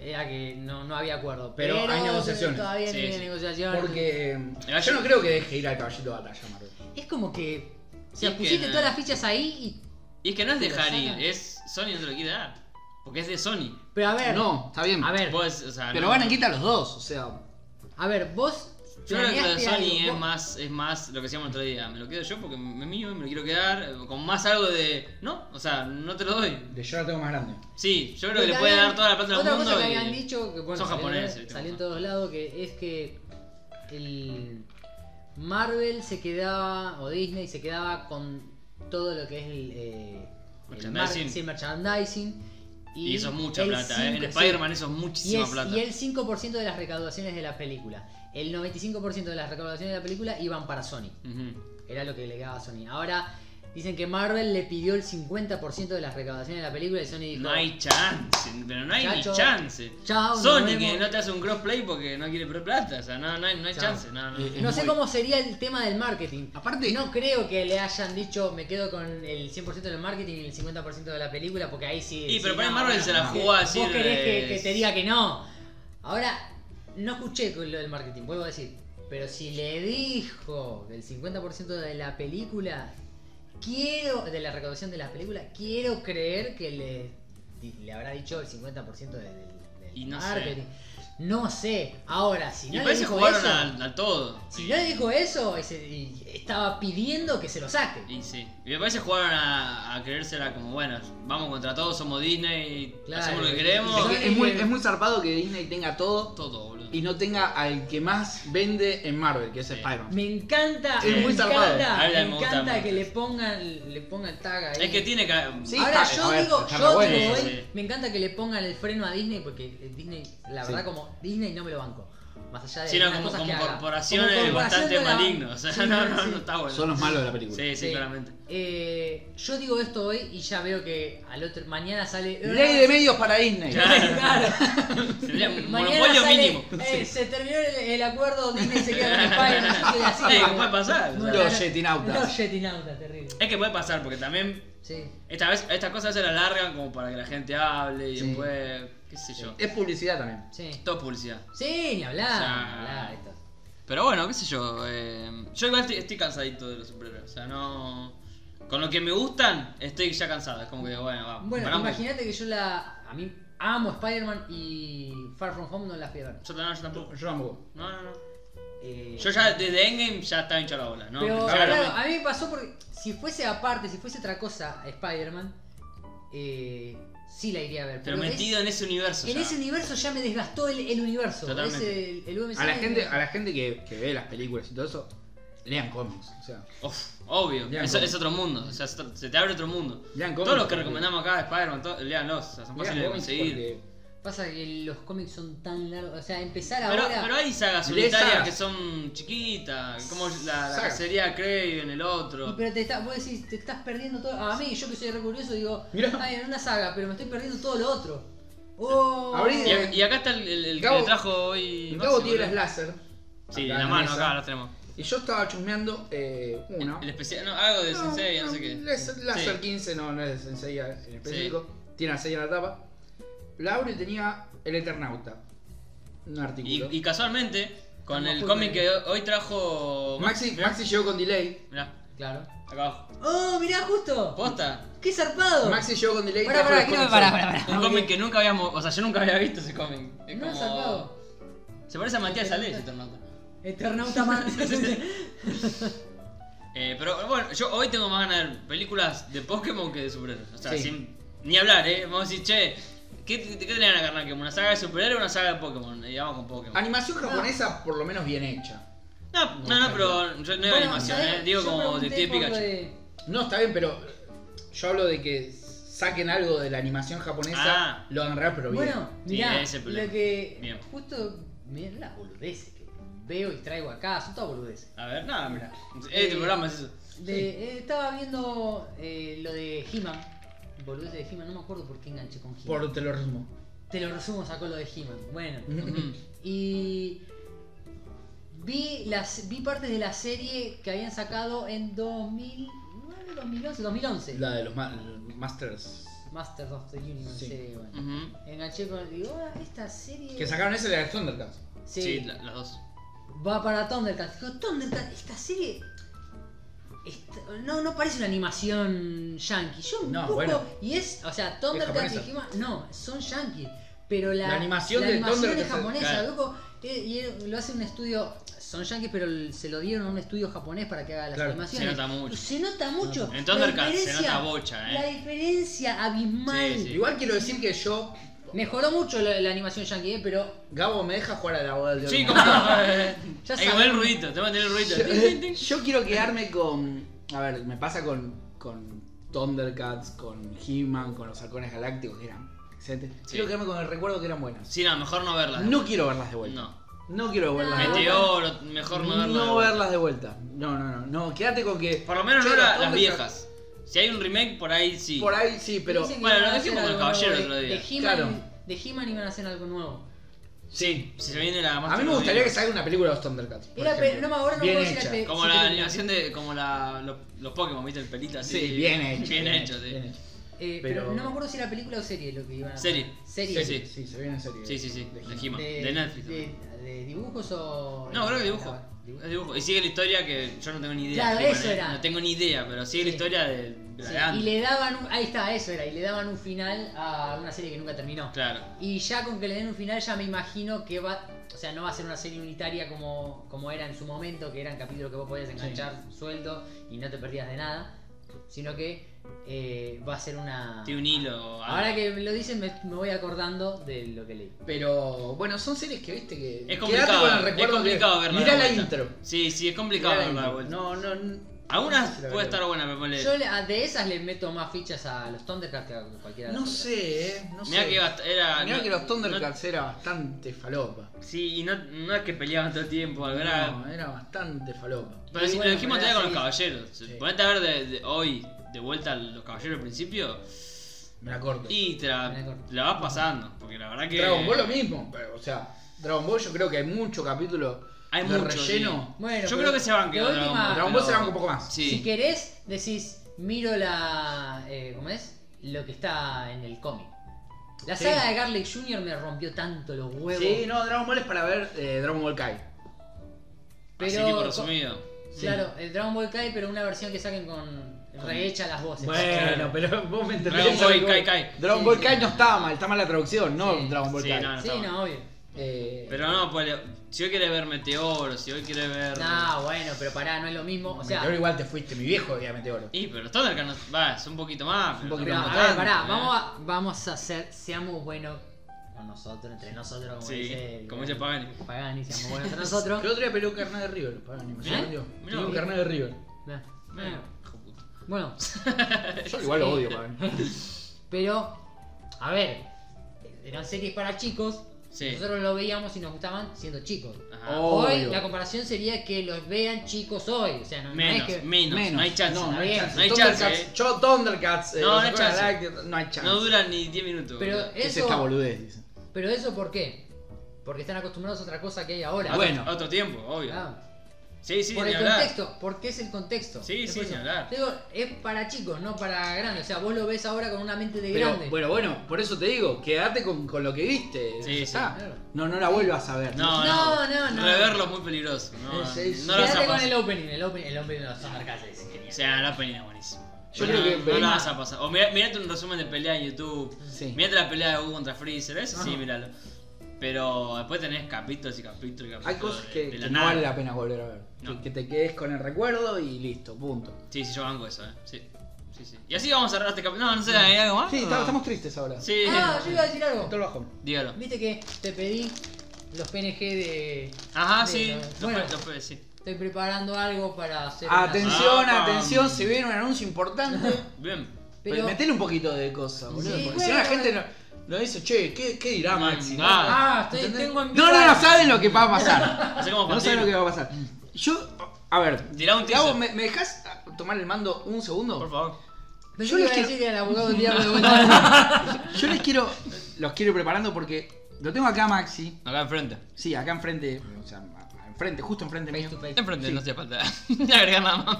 era que no, no había acuerdo. Pero hay negociaciones. Todavía Sí, no hay sí. negociaciones. Porque eh, yo no creo que deje ir al caballito de batalla, Marvel. Es como que. O Sí, sea, es que pusiste no. todas las fichas ahí y. Y es que no es ¿Te lo dejar ir, sacan? es. Sony no te lo quiere dar. Porque es de Sony. Pero a ver. No, está bien. A ver, Vos, o sea, Pero no- van a quitar los dos, o sea. a ver, vos. Yo creo que lo de planeaste Sony algo, es vos- más, es más lo que decíamos el otro día. Me lo quedo yo porque es mío, me lo quiero quedar. eh, Con más algo de. No, o sea, no te lo doy. De yo la tengo más grande. Sí, yo creo Pero que le te puede habían- dar toda la plata del otra mundo. cosa que y- habían dicho, que bueno, son salió- japoneses, salió, viste, como en todos lados, que es que el Marvel se quedaba, o Disney se quedaba con todo lo que es el... eh, el Merchandising. mar- sí, merchandising. Y eso es mucha el plata, ¿eh? En cinco- Spider-Man eso es sí. y, muchísima es- plata. y el 5% de las recaudaciones de la película. El 95% de las recaudaciones de la película iban para Sony. Ujú. Era lo que le quedaba a Sony. Ahora dicen que Marvel le pidió el 50% de las recaudaciones de la película y Sony dijo... No hay chance, pero no hay Chacho. ni chance. Chao, nos Sony que vemos. no te hace un crossplay porque no quiere pro plata, o sea, no, no hay, no hay Chao. chance. No, no. Eh, No sé muy- cómo sería el tema del marketing. Aparte- no creo que le hayan dicho me quedo con el 100% del marketing y el 50% de la película, porque ahí sí. Y, sí, pero para no, Marvel se la no. jugó a decir, Vos querés que, eh, que te diga que no. Ahora, no escuché con lo del marketing, vuelvo a decir. Pero si le dijo del 50% de la película, quiero. de la recaudación de la película, quiero creer que le, di- le habrá dicho el 50% de- del, del Y no sé. marketing. No sé. Ahora, si Y no le parece que dijo jugaron eso- al, al todo. si no le dijo eso, ese- y estaba pidiendo que se lo saque. Y sí. Y me parece que jugaron a, a creérsela como, bueno, vamos contra todos, somos Disney, Claro, hacemos lo que y- queremos. y- Es, que es muy, es muy zarpado que Disney tenga todo Todo, boludo. y no tenga al que más vende en Marvel, que es Sí. Spider-Man. Me encanta, Sí, me muy zarpado. encanta, A él me le gusta encanta mucho. que le pongan, le pongan tag ahí. Es que tiene que. Sí. Ahora está- yo a ver, digo, Ah, está yo bueno, digo sí, hoy, sí. me encanta que le pongan el freno a Disney porque eh, Disney, la Sí. verdad como Disney no me lo banco. Más allá de Sí, no, algunas como, cosas como que haga. corporación Como es corporación bastante no la- maligno. O sea, Sí, no, no, sí. no está bueno. Son los malos de la película. Sí, sí, Sí. claramente. Eh, yo digo esto hoy y ya veo que al otro mañana sale Ley de medios para Disney. Claro. Tendría un Eh, Mañana monopolio sale, mínimo. eh, Se terminó el, el acuerdo, Disney se queda con Spider-Man. así que así, Eh, como- puede pasar, o No, sea. no, no. Los jetinautas. Los jetinautas, terrible. Es que puede pasar, porque también. Sí. Esta vez, estas cosas se las largan como para que la gente hable y Sí. después. qué sé yo. Es publicidad también. Sí. Todo publicidad. Sí, ni hablar. O sea, ni hablar, esto. Pero bueno, qué sé yo. eh, yo igual estoy, estoy cansadito de los superhéroes. O sea, no. Con lo que me gustan, estoy ya cansado. Es como que, bueno, va. Bueno, pará un poco. imagínate que yo la. A mí amo Spider-man y Far From Home no las fui a ver. Yo, no, yo tampoco. Yo tampoco. No, no, no. Eh, Yo ya desde Endgame ya estaba hinchado la bola, ¿no? Pero Claramente. claro, a mí me pasó porque si fuese aparte, si fuese otra cosa Spider-Man, eh, sí la iría a ver. Pero es- metido en ese universo. En ya. ese universo ya me desgastó el, el universo. Totalmente. Ese- el UMC A la gente, a la gente que, que ve las películas y todo eso, lean cómics. O sea, Uf, obvio, Lean es, cómics. es otro mundo, o sea, es otro- se te abre otro mundo. lean cómics. Todos los que recomendamos acá de Spider-Man, to- leanlos, o sea, son Lean fáciles de cómics conseguir. Pasa que los cómics son tan largos. O sea, empezar Pero, ahora. pero hay sagas Lees solitarias sagas. que son chiquitas, como la, la Sagas. cacería de en el y otro. pero te está, vos decís, te estás perdiendo todo. A mí, yo que soy re curioso, digo, Mirá. ay, en una saga, pero me estoy perdiendo todo lo otro. Oh, Abrí- Y, a- y acá está el, el- el que Gabo- le trajo hoy. porque Gabo Maxi, tiene las boludo. láser. Sí, acá en la la mano, mesa. acá la tenemos. Y yo estaba chusmeando eh, una. El especial, no, algo de Sensei, no, sé qué. Láser, láser Sí. 15, no, no es de Sensei en específico. Tiene la 6 en la tapa. La abro y tenía El Eternauta. Un Y, artículo. y casualmente, con Estamos el juntos. cómic que hoy trajo. Maxi, Maxi llegó con delay. Mirá, Claro. acá abajo. Oh, mirá, justo. ¿Posta? ¡Qué zarpado! Maxi llegó con delay. Pará, trajo pará, los quiero- cómics pará, hoy. pará, pará. Un cómic que nunca habíamos. O sea, yo nunca había visto ese cómic. Es No, como- zarpado. Se parece a Matías Salés, Eternauta. Eternauta Man. Sí, sí. Eh, pero bueno, yo hoy tengo más ganas de ver películas de Pokémon que de superhéroes. O sea, Sí. sin ni hablar, ¿eh? Vamos a decir, che, ¿qué, qué tenían a carnal? ¿Que ¿Una saga de superhéroes o una saga de Pokémon? Y vamos con Pokémon. Ah. Animación japonesa, por lo menos bien hecha. No, no, no, pero yo no es Bueno, animación, ¿sabés? ¿eh? Digo Yo como pregunté Detective por lo Pikachu. de- No, está bien, pero yo hablo de que saquen algo de la animación japonesa, Ah. lo hagan real, pero bien. Bueno, Sí, mirá, ese problema. lo que. Bien. Justo. Mirá las boludeces que veo y traigo acá, son todas boludeces. A ver, nada, mira. Eh, Este programa es eso. De- eh, estaba viendo eh, lo de He-Man. Boludeces de He-Man, no me acuerdo por qué enganché con He-Man. por te lo resumo. Te lo resumo, sacó lo de He-Man. Bueno. Ujú. Y. Vi, las, vi partes de la serie que habían sacado en 2009, 2011, 2011. La de los ma- Masters. Masters of the Universe. Sí. eh, bueno. Ujú. Enganché con. Digo, "Ah, esta serie. Que sacaron ese de las Thundercats. Sí, la- las dos. va para Thundercats. Digo, Thundercats, esta serie. esta- no, no parece una animación yankee. Yo un No, poco. bueno. Y es. O sea, Thundercats y japonesa. He-Man, No, son yankees. Pero la, La animación la de animación es Thundercats es- japonesa, claro. loco. Eh, Y él lo hace un estudio. Son yankees, pero se lo dieron a un estudio japonés para que haga las Claro, animaciones. se nota mucho. Se nota mucho. En La Thundercats se diferencia- nota bocha, eh. La diferencia abismal. Sí, sí. Igual quiero decir que yo. Mejoró mucho la, la animación yankee, eh, pero Gabo me deja jugar a la boda de Sí, como no. eh, Ya Hay que sabe. poner el ruidito, te va a tener el ruidito. yo, eh, yo quiero quedarme con. A ver, me pasa con, con Thundercats, con He-Man, con los halcones galácticos, que eran excelentes. Sí. Quiero quedarme con el recuerdo que eran buenas. Sí, no, mejor no verlas. No quiero verlas de vuelta. No. No quiero verlas de vuelta. Meteoro, mejor no verlas. No verlas de vuelta. No, no, no. No, quédate con que. Por lo menos Che, no la- las Thundercats- viejas. Si hay un remake, por ahí sí. Por ahí sí, pero. Dicen que bueno, iban lo a dijimos hacer con el algo caballero nuevo el otro de- día. De Claro. He-Man de He-Man iban a hacer algo nuevo. Sí, si se viene la A mí me gustaría que salga una película de los Thundercats. por Era pe- ejemplo. no me- ahora no me bien acuerdo si era hecha. pe- Como Sí, la película. animación de. Como la, los, los Pokémon, ¿viste? El pelito así. Sí, bien hecha. Bien hecho, sí. bien hecha. Eh, pero... Pero- no me acuerdo si era película o serie lo que iban a hacer. Serie. Serie. Sí. Sí, sí, se viene en serie. Sí, sí, sí, De de He-Man. He-Man. De, De Netflix De, de dibujos o.? No, creo que dibujo. Ah, dibujo. Es dibujo. Y sigue la historia que yo no tengo ni idea. Claro, Sí, bueno, eso era. No tengo ni idea, pero sigue la Sí. historia de. de Sí, antes. Y le daban un. Ahí está, eso era. Y le daban un final a una serie que nunca terminó. Claro. Y ya con que le den un final, ya me imagino que va. O sea, no va a ser una serie unitaria como, como era en su momento, que eran capítulos que vos podías enganchar suelto y no te perdías de nada. Sino que eh, va a ser una. Tiene un hilo. Ahora que me lo dicen, me, me voy acordando de lo que leí. Pero bueno, son series que viste que. Es quedate complicado. con el es recuerdo complicado que- verla. Mirá de la vuelta. intro. Sí, sí, es complicado Mirá la verla de intro. vuelta. No, no. n- Algunas no sé si la puede veo. estar buena, pero ponele. Yo le- a- de esas le meto más fichas a los Thundercats que a cualquiera de No las otras. sé, eh. No Mirá sé. que bast- era. Mirá no- que los no- Thundercats era bastante falopa. sí, y no, no es que peleaban todo el tiempo, era. No, era bastante falopa. Pero eh, Y si bueno, lo dijimos pero todavía con los era caballeros. Sí. Ponete a ver de, de hoy, de vuelta a los caballeros al principio, Me la corto. y te la, Me acuerdo. te la vas pasando. Porque la verdad que. Dragon Ball lo mismo. pero, o sea, Dragon Ball yo creo que hay mucho capítulo Hay de mucho, relleno. Ah, Bueno, Yo pero creo que se van de quedando última, Dragon Dragon Ball pero- se banca un poco más. Sí. Si querés, decís, miro la. eh, ¿Cómo es? Lo que está en el cómic. La Sí. saga de Garlic Jr. me rompió tanto los huevos. Sí, no, Dragon Ball es para ver eh, Dragon Ball Kai. Así pero- tipo resumido. Claro, el Dragon Ball Kai, pero una versión que saquen con rehecha las voces. Bueno, pero vos me entendés. Dragon Ball Dragon Kai Kai. Dragon Sí, Ball sí. Kai no estaba mal, está mal la traducción, no Sí. Dragon Ball Sí, Kai. no, no. Sí, no, obvio. Eh, Pero no, pues, si hoy quieres ver Meteoro, si hoy quieres ver. No, bueno, pero pará, no es lo mismo. O sea, Meteoro igual te fuiste, mi viejo veía Meteoro. Y pero los Thundercats no- va, es un poquito más. Un pero poquito pero, tampoco a más. ver, tanto, pará, ¿eh? vamos a, vamos a ser, seamos buenos con nosotros, entre nosotros, como Sí, dice. el- como dice Pagani. Pagani, seamos buenos entre El nosotros. otro día peleó Carnet de River, para ni me sorprendió. Mirá. Peleó Carnet de River. Nah. Bueno, Ah. hijo de puta. Bueno, Yo igual lo Sí. odio, para Pero, a ver, eran series para chicos. Sí. Ah, Nosotros lo veíamos y nos gustaban siendo chicos. Ajá. Oh, Hoy obvio. la comparación sería que los vean chicos hoy. O sea, no, no menos, es que. menos, No hay chance. No, No, no hay Está chance. bien. No hay chance, Thundercats, eh. yo Thundercats, eh, No, no los hay Halcones chance. Galácticos, no hay chance. dura ni 10 minutos. Pero eh, boludo. ¿Qué es esta eso, boludez, dice. pero eso, ¿por qué? Porque están acostumbrados a otra cosa que hay ahora. Otro- bueno. Otro tiempo, obvio. Ah, Sí, Ah, sí, por ni el hablar. contexto, porque es el contexto. Sí, Es sí, por eso. ni hablar. Te Digo, es para chicos, no para grandes. O sea, vos lo ves ahora con una mente de Pero, grande. bueno, bueno, por eso te digo, quédate con, con lo que viste. Sí, ya sí. está. Claro. No, no la vuelvas a ver. No, no, No, no, no. Reverlo es muy peligroso. No, Sí, sí. no lo vas Quédate a con pasar. el opening, el opening, el opening de los Thundercats es O genial. sea, la pelea es buenísima. Yo No, creo que- No la vas a pasar. O mirá- mirate un resumen de pelea en YouTube. Sí. Mirate la pelea de Hugo contra Freezer. Eso sí, Ajá. míralo. Pero después tenés capítulos y capítulos y capítulos. Hay cosas de- que, de que la no vale nada. la pena volver a ver. No. Que, que te quedes con el recuerdo y listo, punto. Sí, sí, yo banco eso, eh. Sí. Sí, sí. Y así vamos a cerrar este capítulo. No, no sé, ¿hay algo más? Sí, ¿O está- no? estamos tristes ahora. Ah. Sí. Ah, yo iba a decir algo. Todo el bajón. Dígalo. Viste que te pedí los PNG de. Ajá, de- eh, sí. de- Los Bueno, pe- los pe- sí. estoy preparando algo para hacer. una- Atención, Ah, atención, pam. se viene un anuncio importante. Bien. Pero, Pero- metele un poquito de cosa, boludo. Sí, porque bueno, si no la bueno. gente no, no dice, che, ¿qué, qué dirá Mm, Maxi? ah. Ah, estoy- ¿Entendés? tengo en vivo. No, no, no saben lo que va a pasar. Así como No saben lo que Fantino. va a pasar. Yo, a ver, Tirá un Gabo, teaser. ¿me, ¿me dejas tomar el mando un segundo? Por favor. Pensé Yo que iba les a quiero- decir que el abogado del diablo de vuelta. Yo les quiero, los quiero ir preparando porque lo tengo acá, Maxi. Acá enfrente. Sí, acá enfrente, o sea, a- a- enfrente, justo enfrente mío. to face. Enfrente, Sí. no hacía falta. No agregar nada más.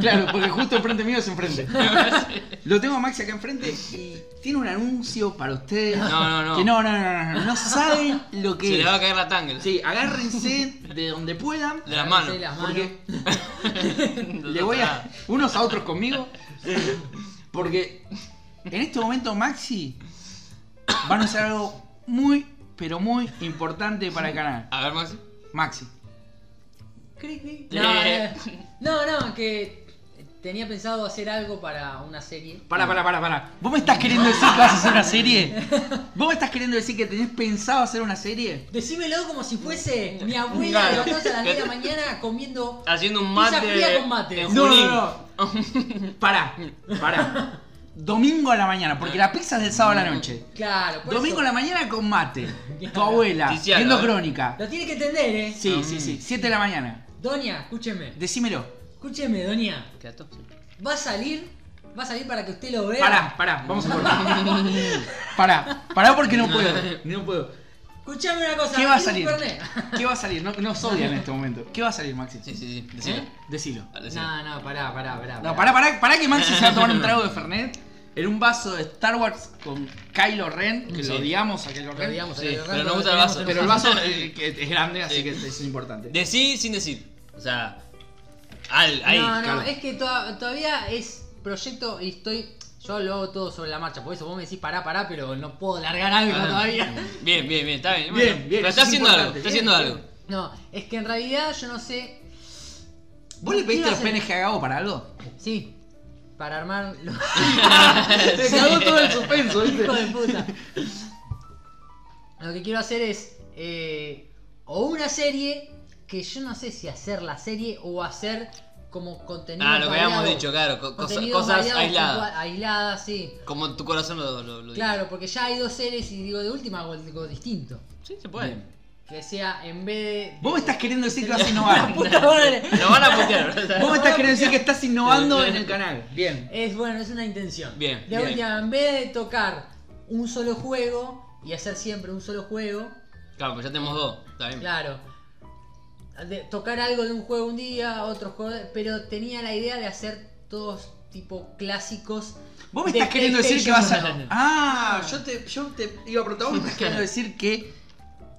Claro, porque justo enfrente mío es enfrente. Lo tengo a Maxi acá enfrente y tiene un anuncio para ustedes. No, no, no. Que no, no, no, no, no, no saben lo Se que le es. va a caer la tangle. Sí, agárrense de donde puedan. De las manos. Sí, las manos. Porque No le voy a. pasa unos a otros conmigo. Porque en este momento, Maxi, van a usar algo muy, pero muy importante para el nada. canal. A ver, Maxi. Maxi. Cri, Eh. cri. No, eh, no, no, que tenía pensado hacer algo para una serie. Para, para, para, para. ¿Vos me estás queriendo decir que vas a hacer una serie? ¿Vos me estás queriendo decir que tenés pensado hacer una serie? Decímelo como si fuese mi abuela de los dos a las 10 de la mañana comiendo. Haciendo un Pizza mate. fría con mate. en No, Junín. no, Pará, pará. Domingo a la mañana, porque la pizza es del sábado a la noche. Claro, por Domingo a eso. la mañana con mate. Tu abuela, Tiziano, viendo ¿eh? crónica. Lo tiene que entender, eh. Sí, sí, sí. 7 de la mañana. Doña, escúcheme. Decímelo. Escúcheme, Doña. Queda top, sí. Va a salir. Va a salir para que usted lo vea. Pará, pará, vamos a cortar. Pará, pará porque no puedo. No puedo. Escuchame una cosa. ¿Qué va a ¿quiere salir? un Fernet? ¿Qué va a salir? No, nos odian en este momento. ¿Qué va a salir, Maxi? Sí, sí, sí. Decilo. ¿Eh? Decilo. Ah, decilo. No, no, pará, pará, pará. No, pará, pará, pará que Maxi se va a tomar un trago de Fernet en un vaso de Star Wars con Kylo Ren, que Sí. lo odiamos a Kylo Lo Ren. digamos, Sí, lo digamos, pero lo no gusta el digamos, vaso. lo Pero el digamos. vaso eh, que es grande, así que es importante. Decí sin decir. O sea. Al, ahí. no, no, claro. es que to- todavía es proyecto y estoy. Yo lo hago todo sobre la marcha, por eso vos me decís pará, pará, pero no puedo largar algo Ah. todavía. Bien, bien, bien, está bien. Bien, Bueno, bien, Pero eso está es haciendo algo, importante. está haciendo Bien, algo. No, es que en realidad yo no sé. ¿Vos le pediste ¿Qué los va a hacer? PNG a Gabo para algo? Sí, para armar. los- Te cagó todo el suspenso, Hijo de puta. Lo que quiero hacer es. eh, o una serie, que yo no sé si hacer la serie o hacer como contenido. Ah, lo que habíamos variado. dicho, claro, co- cosa- Contenidos cosas variados, aisladas. puntual- Aisladas, sí. Como tu corazón lo, lo, lo dice. Claro, porque ya hay dos series y digo de última hago algo distinto. Sí, se puede. Bien. Que sea en vez de. Vos me estás queriendo decir que vas a innovar. ¡Puta madre! Lo van a putear. Vos me estás queriendo decir que estás innovando en el canal. Bien. Es bueno, es una intención. Bien, De bien. última, en vez de tocar un solo juego y hacer siempre un solo juego, Claro, pues ya tenemos dos. Está bien. claro. de tocar algo de un juego un día, otro juego. Pero tenía la idea de hacer todos tipo clásicos. Vos me de estás queriendo decir que vas PlayStation a. uno. Ah, yo te, yo te iba a preguntar. Vos me estás queriendo decir que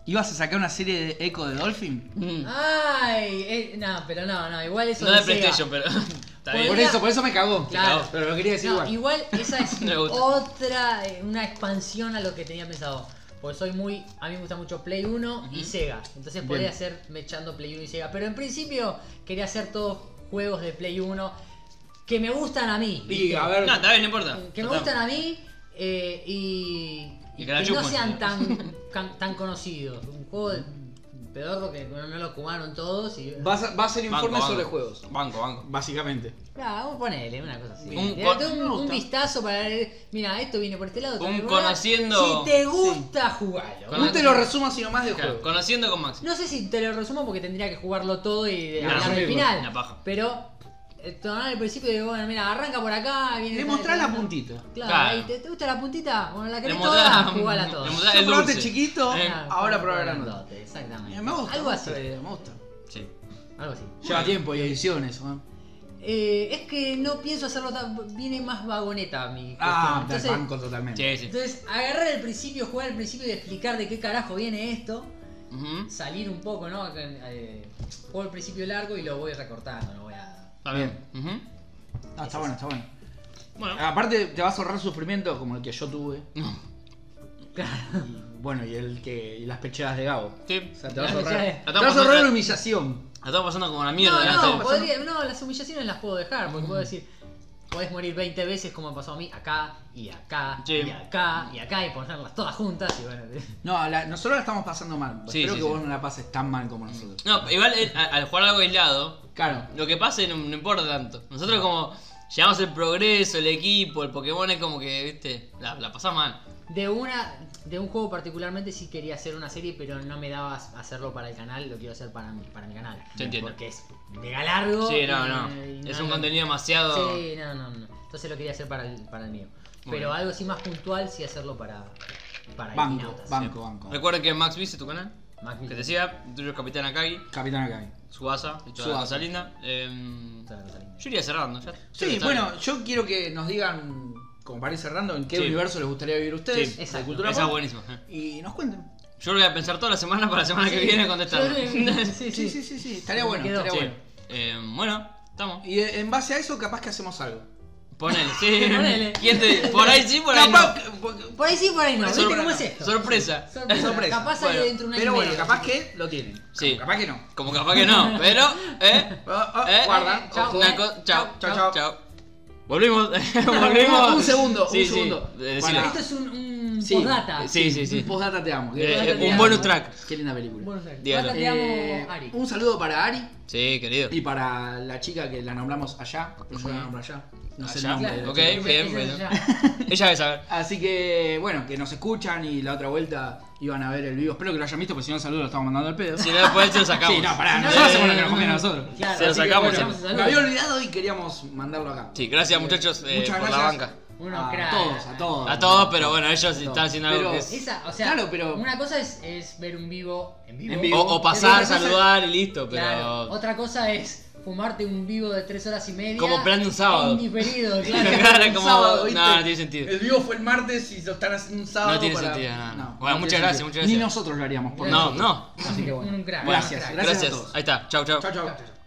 ibas a sacar una serie de Echo de Dolphin. Mm. Ay, eh, no, pero no, no, igual eso No de Sega. PlayStation, pero. Está Por bien. Por eso, por eso me cagó. Claro. Pero lo quería decir No, igual. igual. esa es Me gusta. otra, eh, una expansión a lo que tenía pensado. Porque soy muy, a mí me gusta mucho Play 1 y Sega. Entonces podría hacer mechando Play 1 y Sega. Pero en principio quería hacer todos juegos de Play 1 que me gustan a mí. Y ¿viste? a ver. No, está bien, no importa. Que me Está. gustan a mí eh, y, Y y que la que no chupan. sean tan, can- tan conocidos. Un juego de pedorro que no, no lo jugaron todos. Y, Va a, ser- va a ser Banco, informe banco. sobre juegos. Banco, banco. Básicamente. Claro, vamos a ponerle una cosa así. Un Un, con- un, me gusta. vistazo para ver, mira, esto viene por este lado. esto Un viene por acá. conociendo- Si te gusta jugarlo. Con- No te lo resumo así nomás de Claro, juego. conociendo con Maxi. No sé si te lo resumo porque tendría que jugarlo todo y de- Nah, hablar del sí, final. una paja. Pero eh, tomar al principio y digo, bueno, mira, arranca por acá, viene. Le esta- mostrás esta- la puntita. Claro, Claro. ahí, ¿te, te gusta la puntita? Bueno, la Le querés mostrás- toda, jugala toda. le mostrás Yo el probaste dulce. chiquito, Eh, Claro, ahora probar probar grandote. grandote, Exactamente. Eh, Me gusta. Eh, Algo me así. gusta, Me gusta. Sí. Algo así. Lleva tiempo y ediciones, Juan. Eh, es que no pienso hacerlo tan. Viene más vagoneta mi Ah, cuestión. del Este, Entonces, banco totalmente. Sí, sí. Entonces, agarrar el principio, jugar al principio y explicar de qué carajo viene esto. Ujú. Salir un poco, ¿no? Eh, juego el principio largo y lo voy recortando, no voy a. Está bien. Ah, está bueno, está bueno. Ujú. Bueno. Aparte, te vas a ahorrar sufrimiento como el que yo tuve. Claro. Y, bueno, y el que y las pecheras de Gabo. Sí. O sea, te vas a ahorrar, Las pecheras de- te vas a ahorrar humillación. La estamos pasando como una No, mierda. no, ¿verdad? podría- no, las humillaciones las puedo dejar, porque Mm. puedo decir, podés morir 20 veces como me pasó a mí, acá y acá Sí. y acá y acá y ponerlas todas juntas y bueno. No, la- nosotros la estamos pasando mal. Sí, Espero sí, que sí. vos no la pases tan mal como nosotros. No, igual eh, a- al jugar algo aislado, Claro. lo que pase no, no importa tanto. Nosotros como llevamos el progreso, el equipo, el Pokémon es como que, viste, la, la pasás mal. De una, de un juego particularmente sí quería hacer una serie, pero no me daba hacerlo para el canal, lo quiero hacer para mi, para mi canal. Te entiendo. Porque es mega largo. Sí, no, y- no. y Es no, un no. contenido demasiado... Sí, no, no, no. Entonces lo quería hacer para el, para el mío. Muy Pero bien. algo así más puntual, sí hacerlo para, para Banco, Iquinautas. banco, banco. Recuerden que Max Vice, tu canal, Más que que- te decía, tuyo es Capitán Akagi, Capitán Acá. Subasa, y toda la Tsubasa. cosa linda. Em, Otra cosa linda. yo iría cerrando, ya. ya Sí, está. bueno, yo quiero que nos digan, como para ir cerrando, en qué Sí. universo les gustaría vivir ustedes. Sí, de exacto. cultura Esa es pop, buenísima. eh. Y nos cuenten. Yo lo voy a pensar toda la semana para la semana Ah, que viene contestar. Sí, Sí, sí. sí, sí, sí. Estaría bueno, quedó. estaría Sí. bueno. Eh, bueno, estamos. Y eh, en base a eso, capaz que hacemos algo. Ponele, sí. Ponele. ¿Quién te- Por ahí sí, por ahí Capaz no. que- porque- Por ahí sí, por ahí no. ¿Viste Sorpresa. cómo es esto? Sorpresa. Sorpresa. Sorpresa. Capaz sale Bueno, dentro de un año pero y bueno, medio. capaz que lo tienen. Sí. Capaz que no. Como capaz que no, pero. ¿Eh? Ah, ah, ¿Eh? Guarda. Chau. ojo. Una co- chao, Chau, chau. chao. Volvimos. Volvimos. Un segundo, un Sí, sí. segundo. este Eh, decilo. Para. Esto es un, un Sí. postdata. Sí, sí, sí. Postdata te amo. Eh, eh, un bonus track. Qué linda película. Buenos Aires. Dígalo. Postdata, te Eh, amo, Ari. Un saludo para Ari Sí, querido. y para la chica que la nombramos allá. Pero yo la nombro allá. No sé el Allá, nombre de este la ok. chica. bien, Ese bueno. es ya. Ella debe saber. Así que, bueno, que nos escuchan y la otra vuelta iban a ver el vivo. Espero que lo hayan visto, porque si no, el saludo lo estamos mandando al pedo. Si no, después se lo sacamos. Sí, no, pará, Eh, nosotros hacemos lo que nos conviene a nosotros. Claro, Se lo así que sacamos, bueno, sí. Me saludos. había olvidado y queríamos mandarlo acá. Sí, gracias muchachos eh, Muchas por la gracias. banca. Unos a cracks. todos, a todos. A todos, pero bueno, ellos todos. están haciendo algo Pero- que es. Esa, o sea, Claro, pero- una cosa es, es ver un vivo en vivo. En O, vivo. o pasar, Pero- saludar y listo, pero. Claro. Otra cosa es fumarte un vivo de tres horas y media. Como plan de un sábado. Indiferido, claro. Claro, Un como- sábado, ¿viste? no, no tiene sentido. El vivo fue el martes y lo están haciendo un sábado. No tiene para- sentido, no, no. Bueno, tiene muchas gracias, muchas gracias. Ni nosotros lo haríamos. por No, nosotros. no. Así que Un bueno. crack, un Gracias, crack. gracias. a Gracias. todos. Ahí está. Chau, chau. Chao, chao.